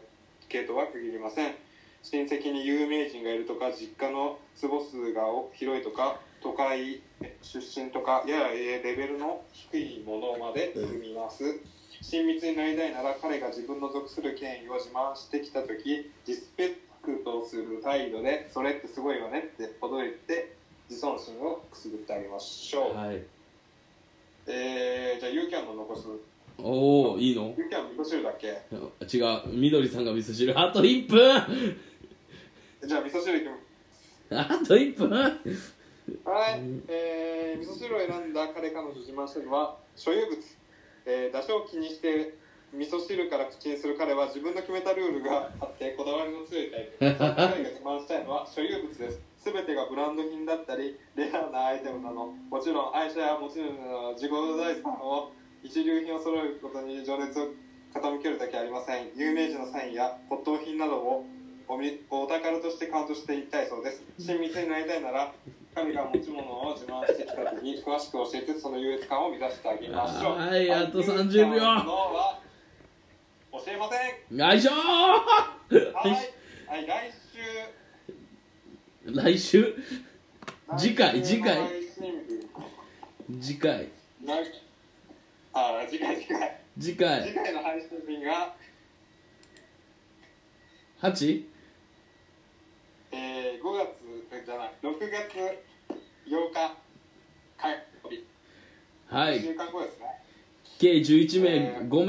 C: けとは区切りません親戚に有名人がいるとか実家の坪数が広いとか都会出身とかややえーレベルの低いものまで生みます親密になりたいなら彼が自分の属する権威を自慢してきた時リスペクトする態度でそれってすごいよねってほどいて自尊心をくすぐってあげましょう、
B: はい
C: えー、じゃあユーキャンの残す
B: おおいいの
C: ユーキャン味噌汁だっけ
B: 違うみどりさんが味噌汁あと1分
C: じゃあ味噌汁いきます
B: あと1分
C: はい、えー、味噌汁を選んだ彼彼女自慢したのは所有物、えー、出汁を気にして味噌汁から口にする彼は自分の決めたルールがあってこだわりの強いタイプそんな彼が自慢したいのは所有物です全てがブランド品だったりレアなアイテムなどもちろん愛車や持ち主の自己財産を一流品を揃えることに情熱を傾けるだけありません有名人のサインや骨董品などをおみお宝としてカウントしていきたいそうです親密になりたいなら彼が持ち物を自慢してきた時に詳しく教えてその優越感を目指してあげましょう
B: はいあと30秒
C: ユーキャンのは教えませ
B: よいしょー
C: んはい、はい、来週
B: 来週次回
C: 来週
B: 次
C: の
B: 回
C: 配信日
B: 次回
C: 来あー次回次回
B: 次
C: 次
B: 回
C: 回の配信日が、
B: 8
C: えー、5月えじゃない6月8日火曜日
B: は
C: 1
B: い
C: 週間後ですね
B: 計11名5名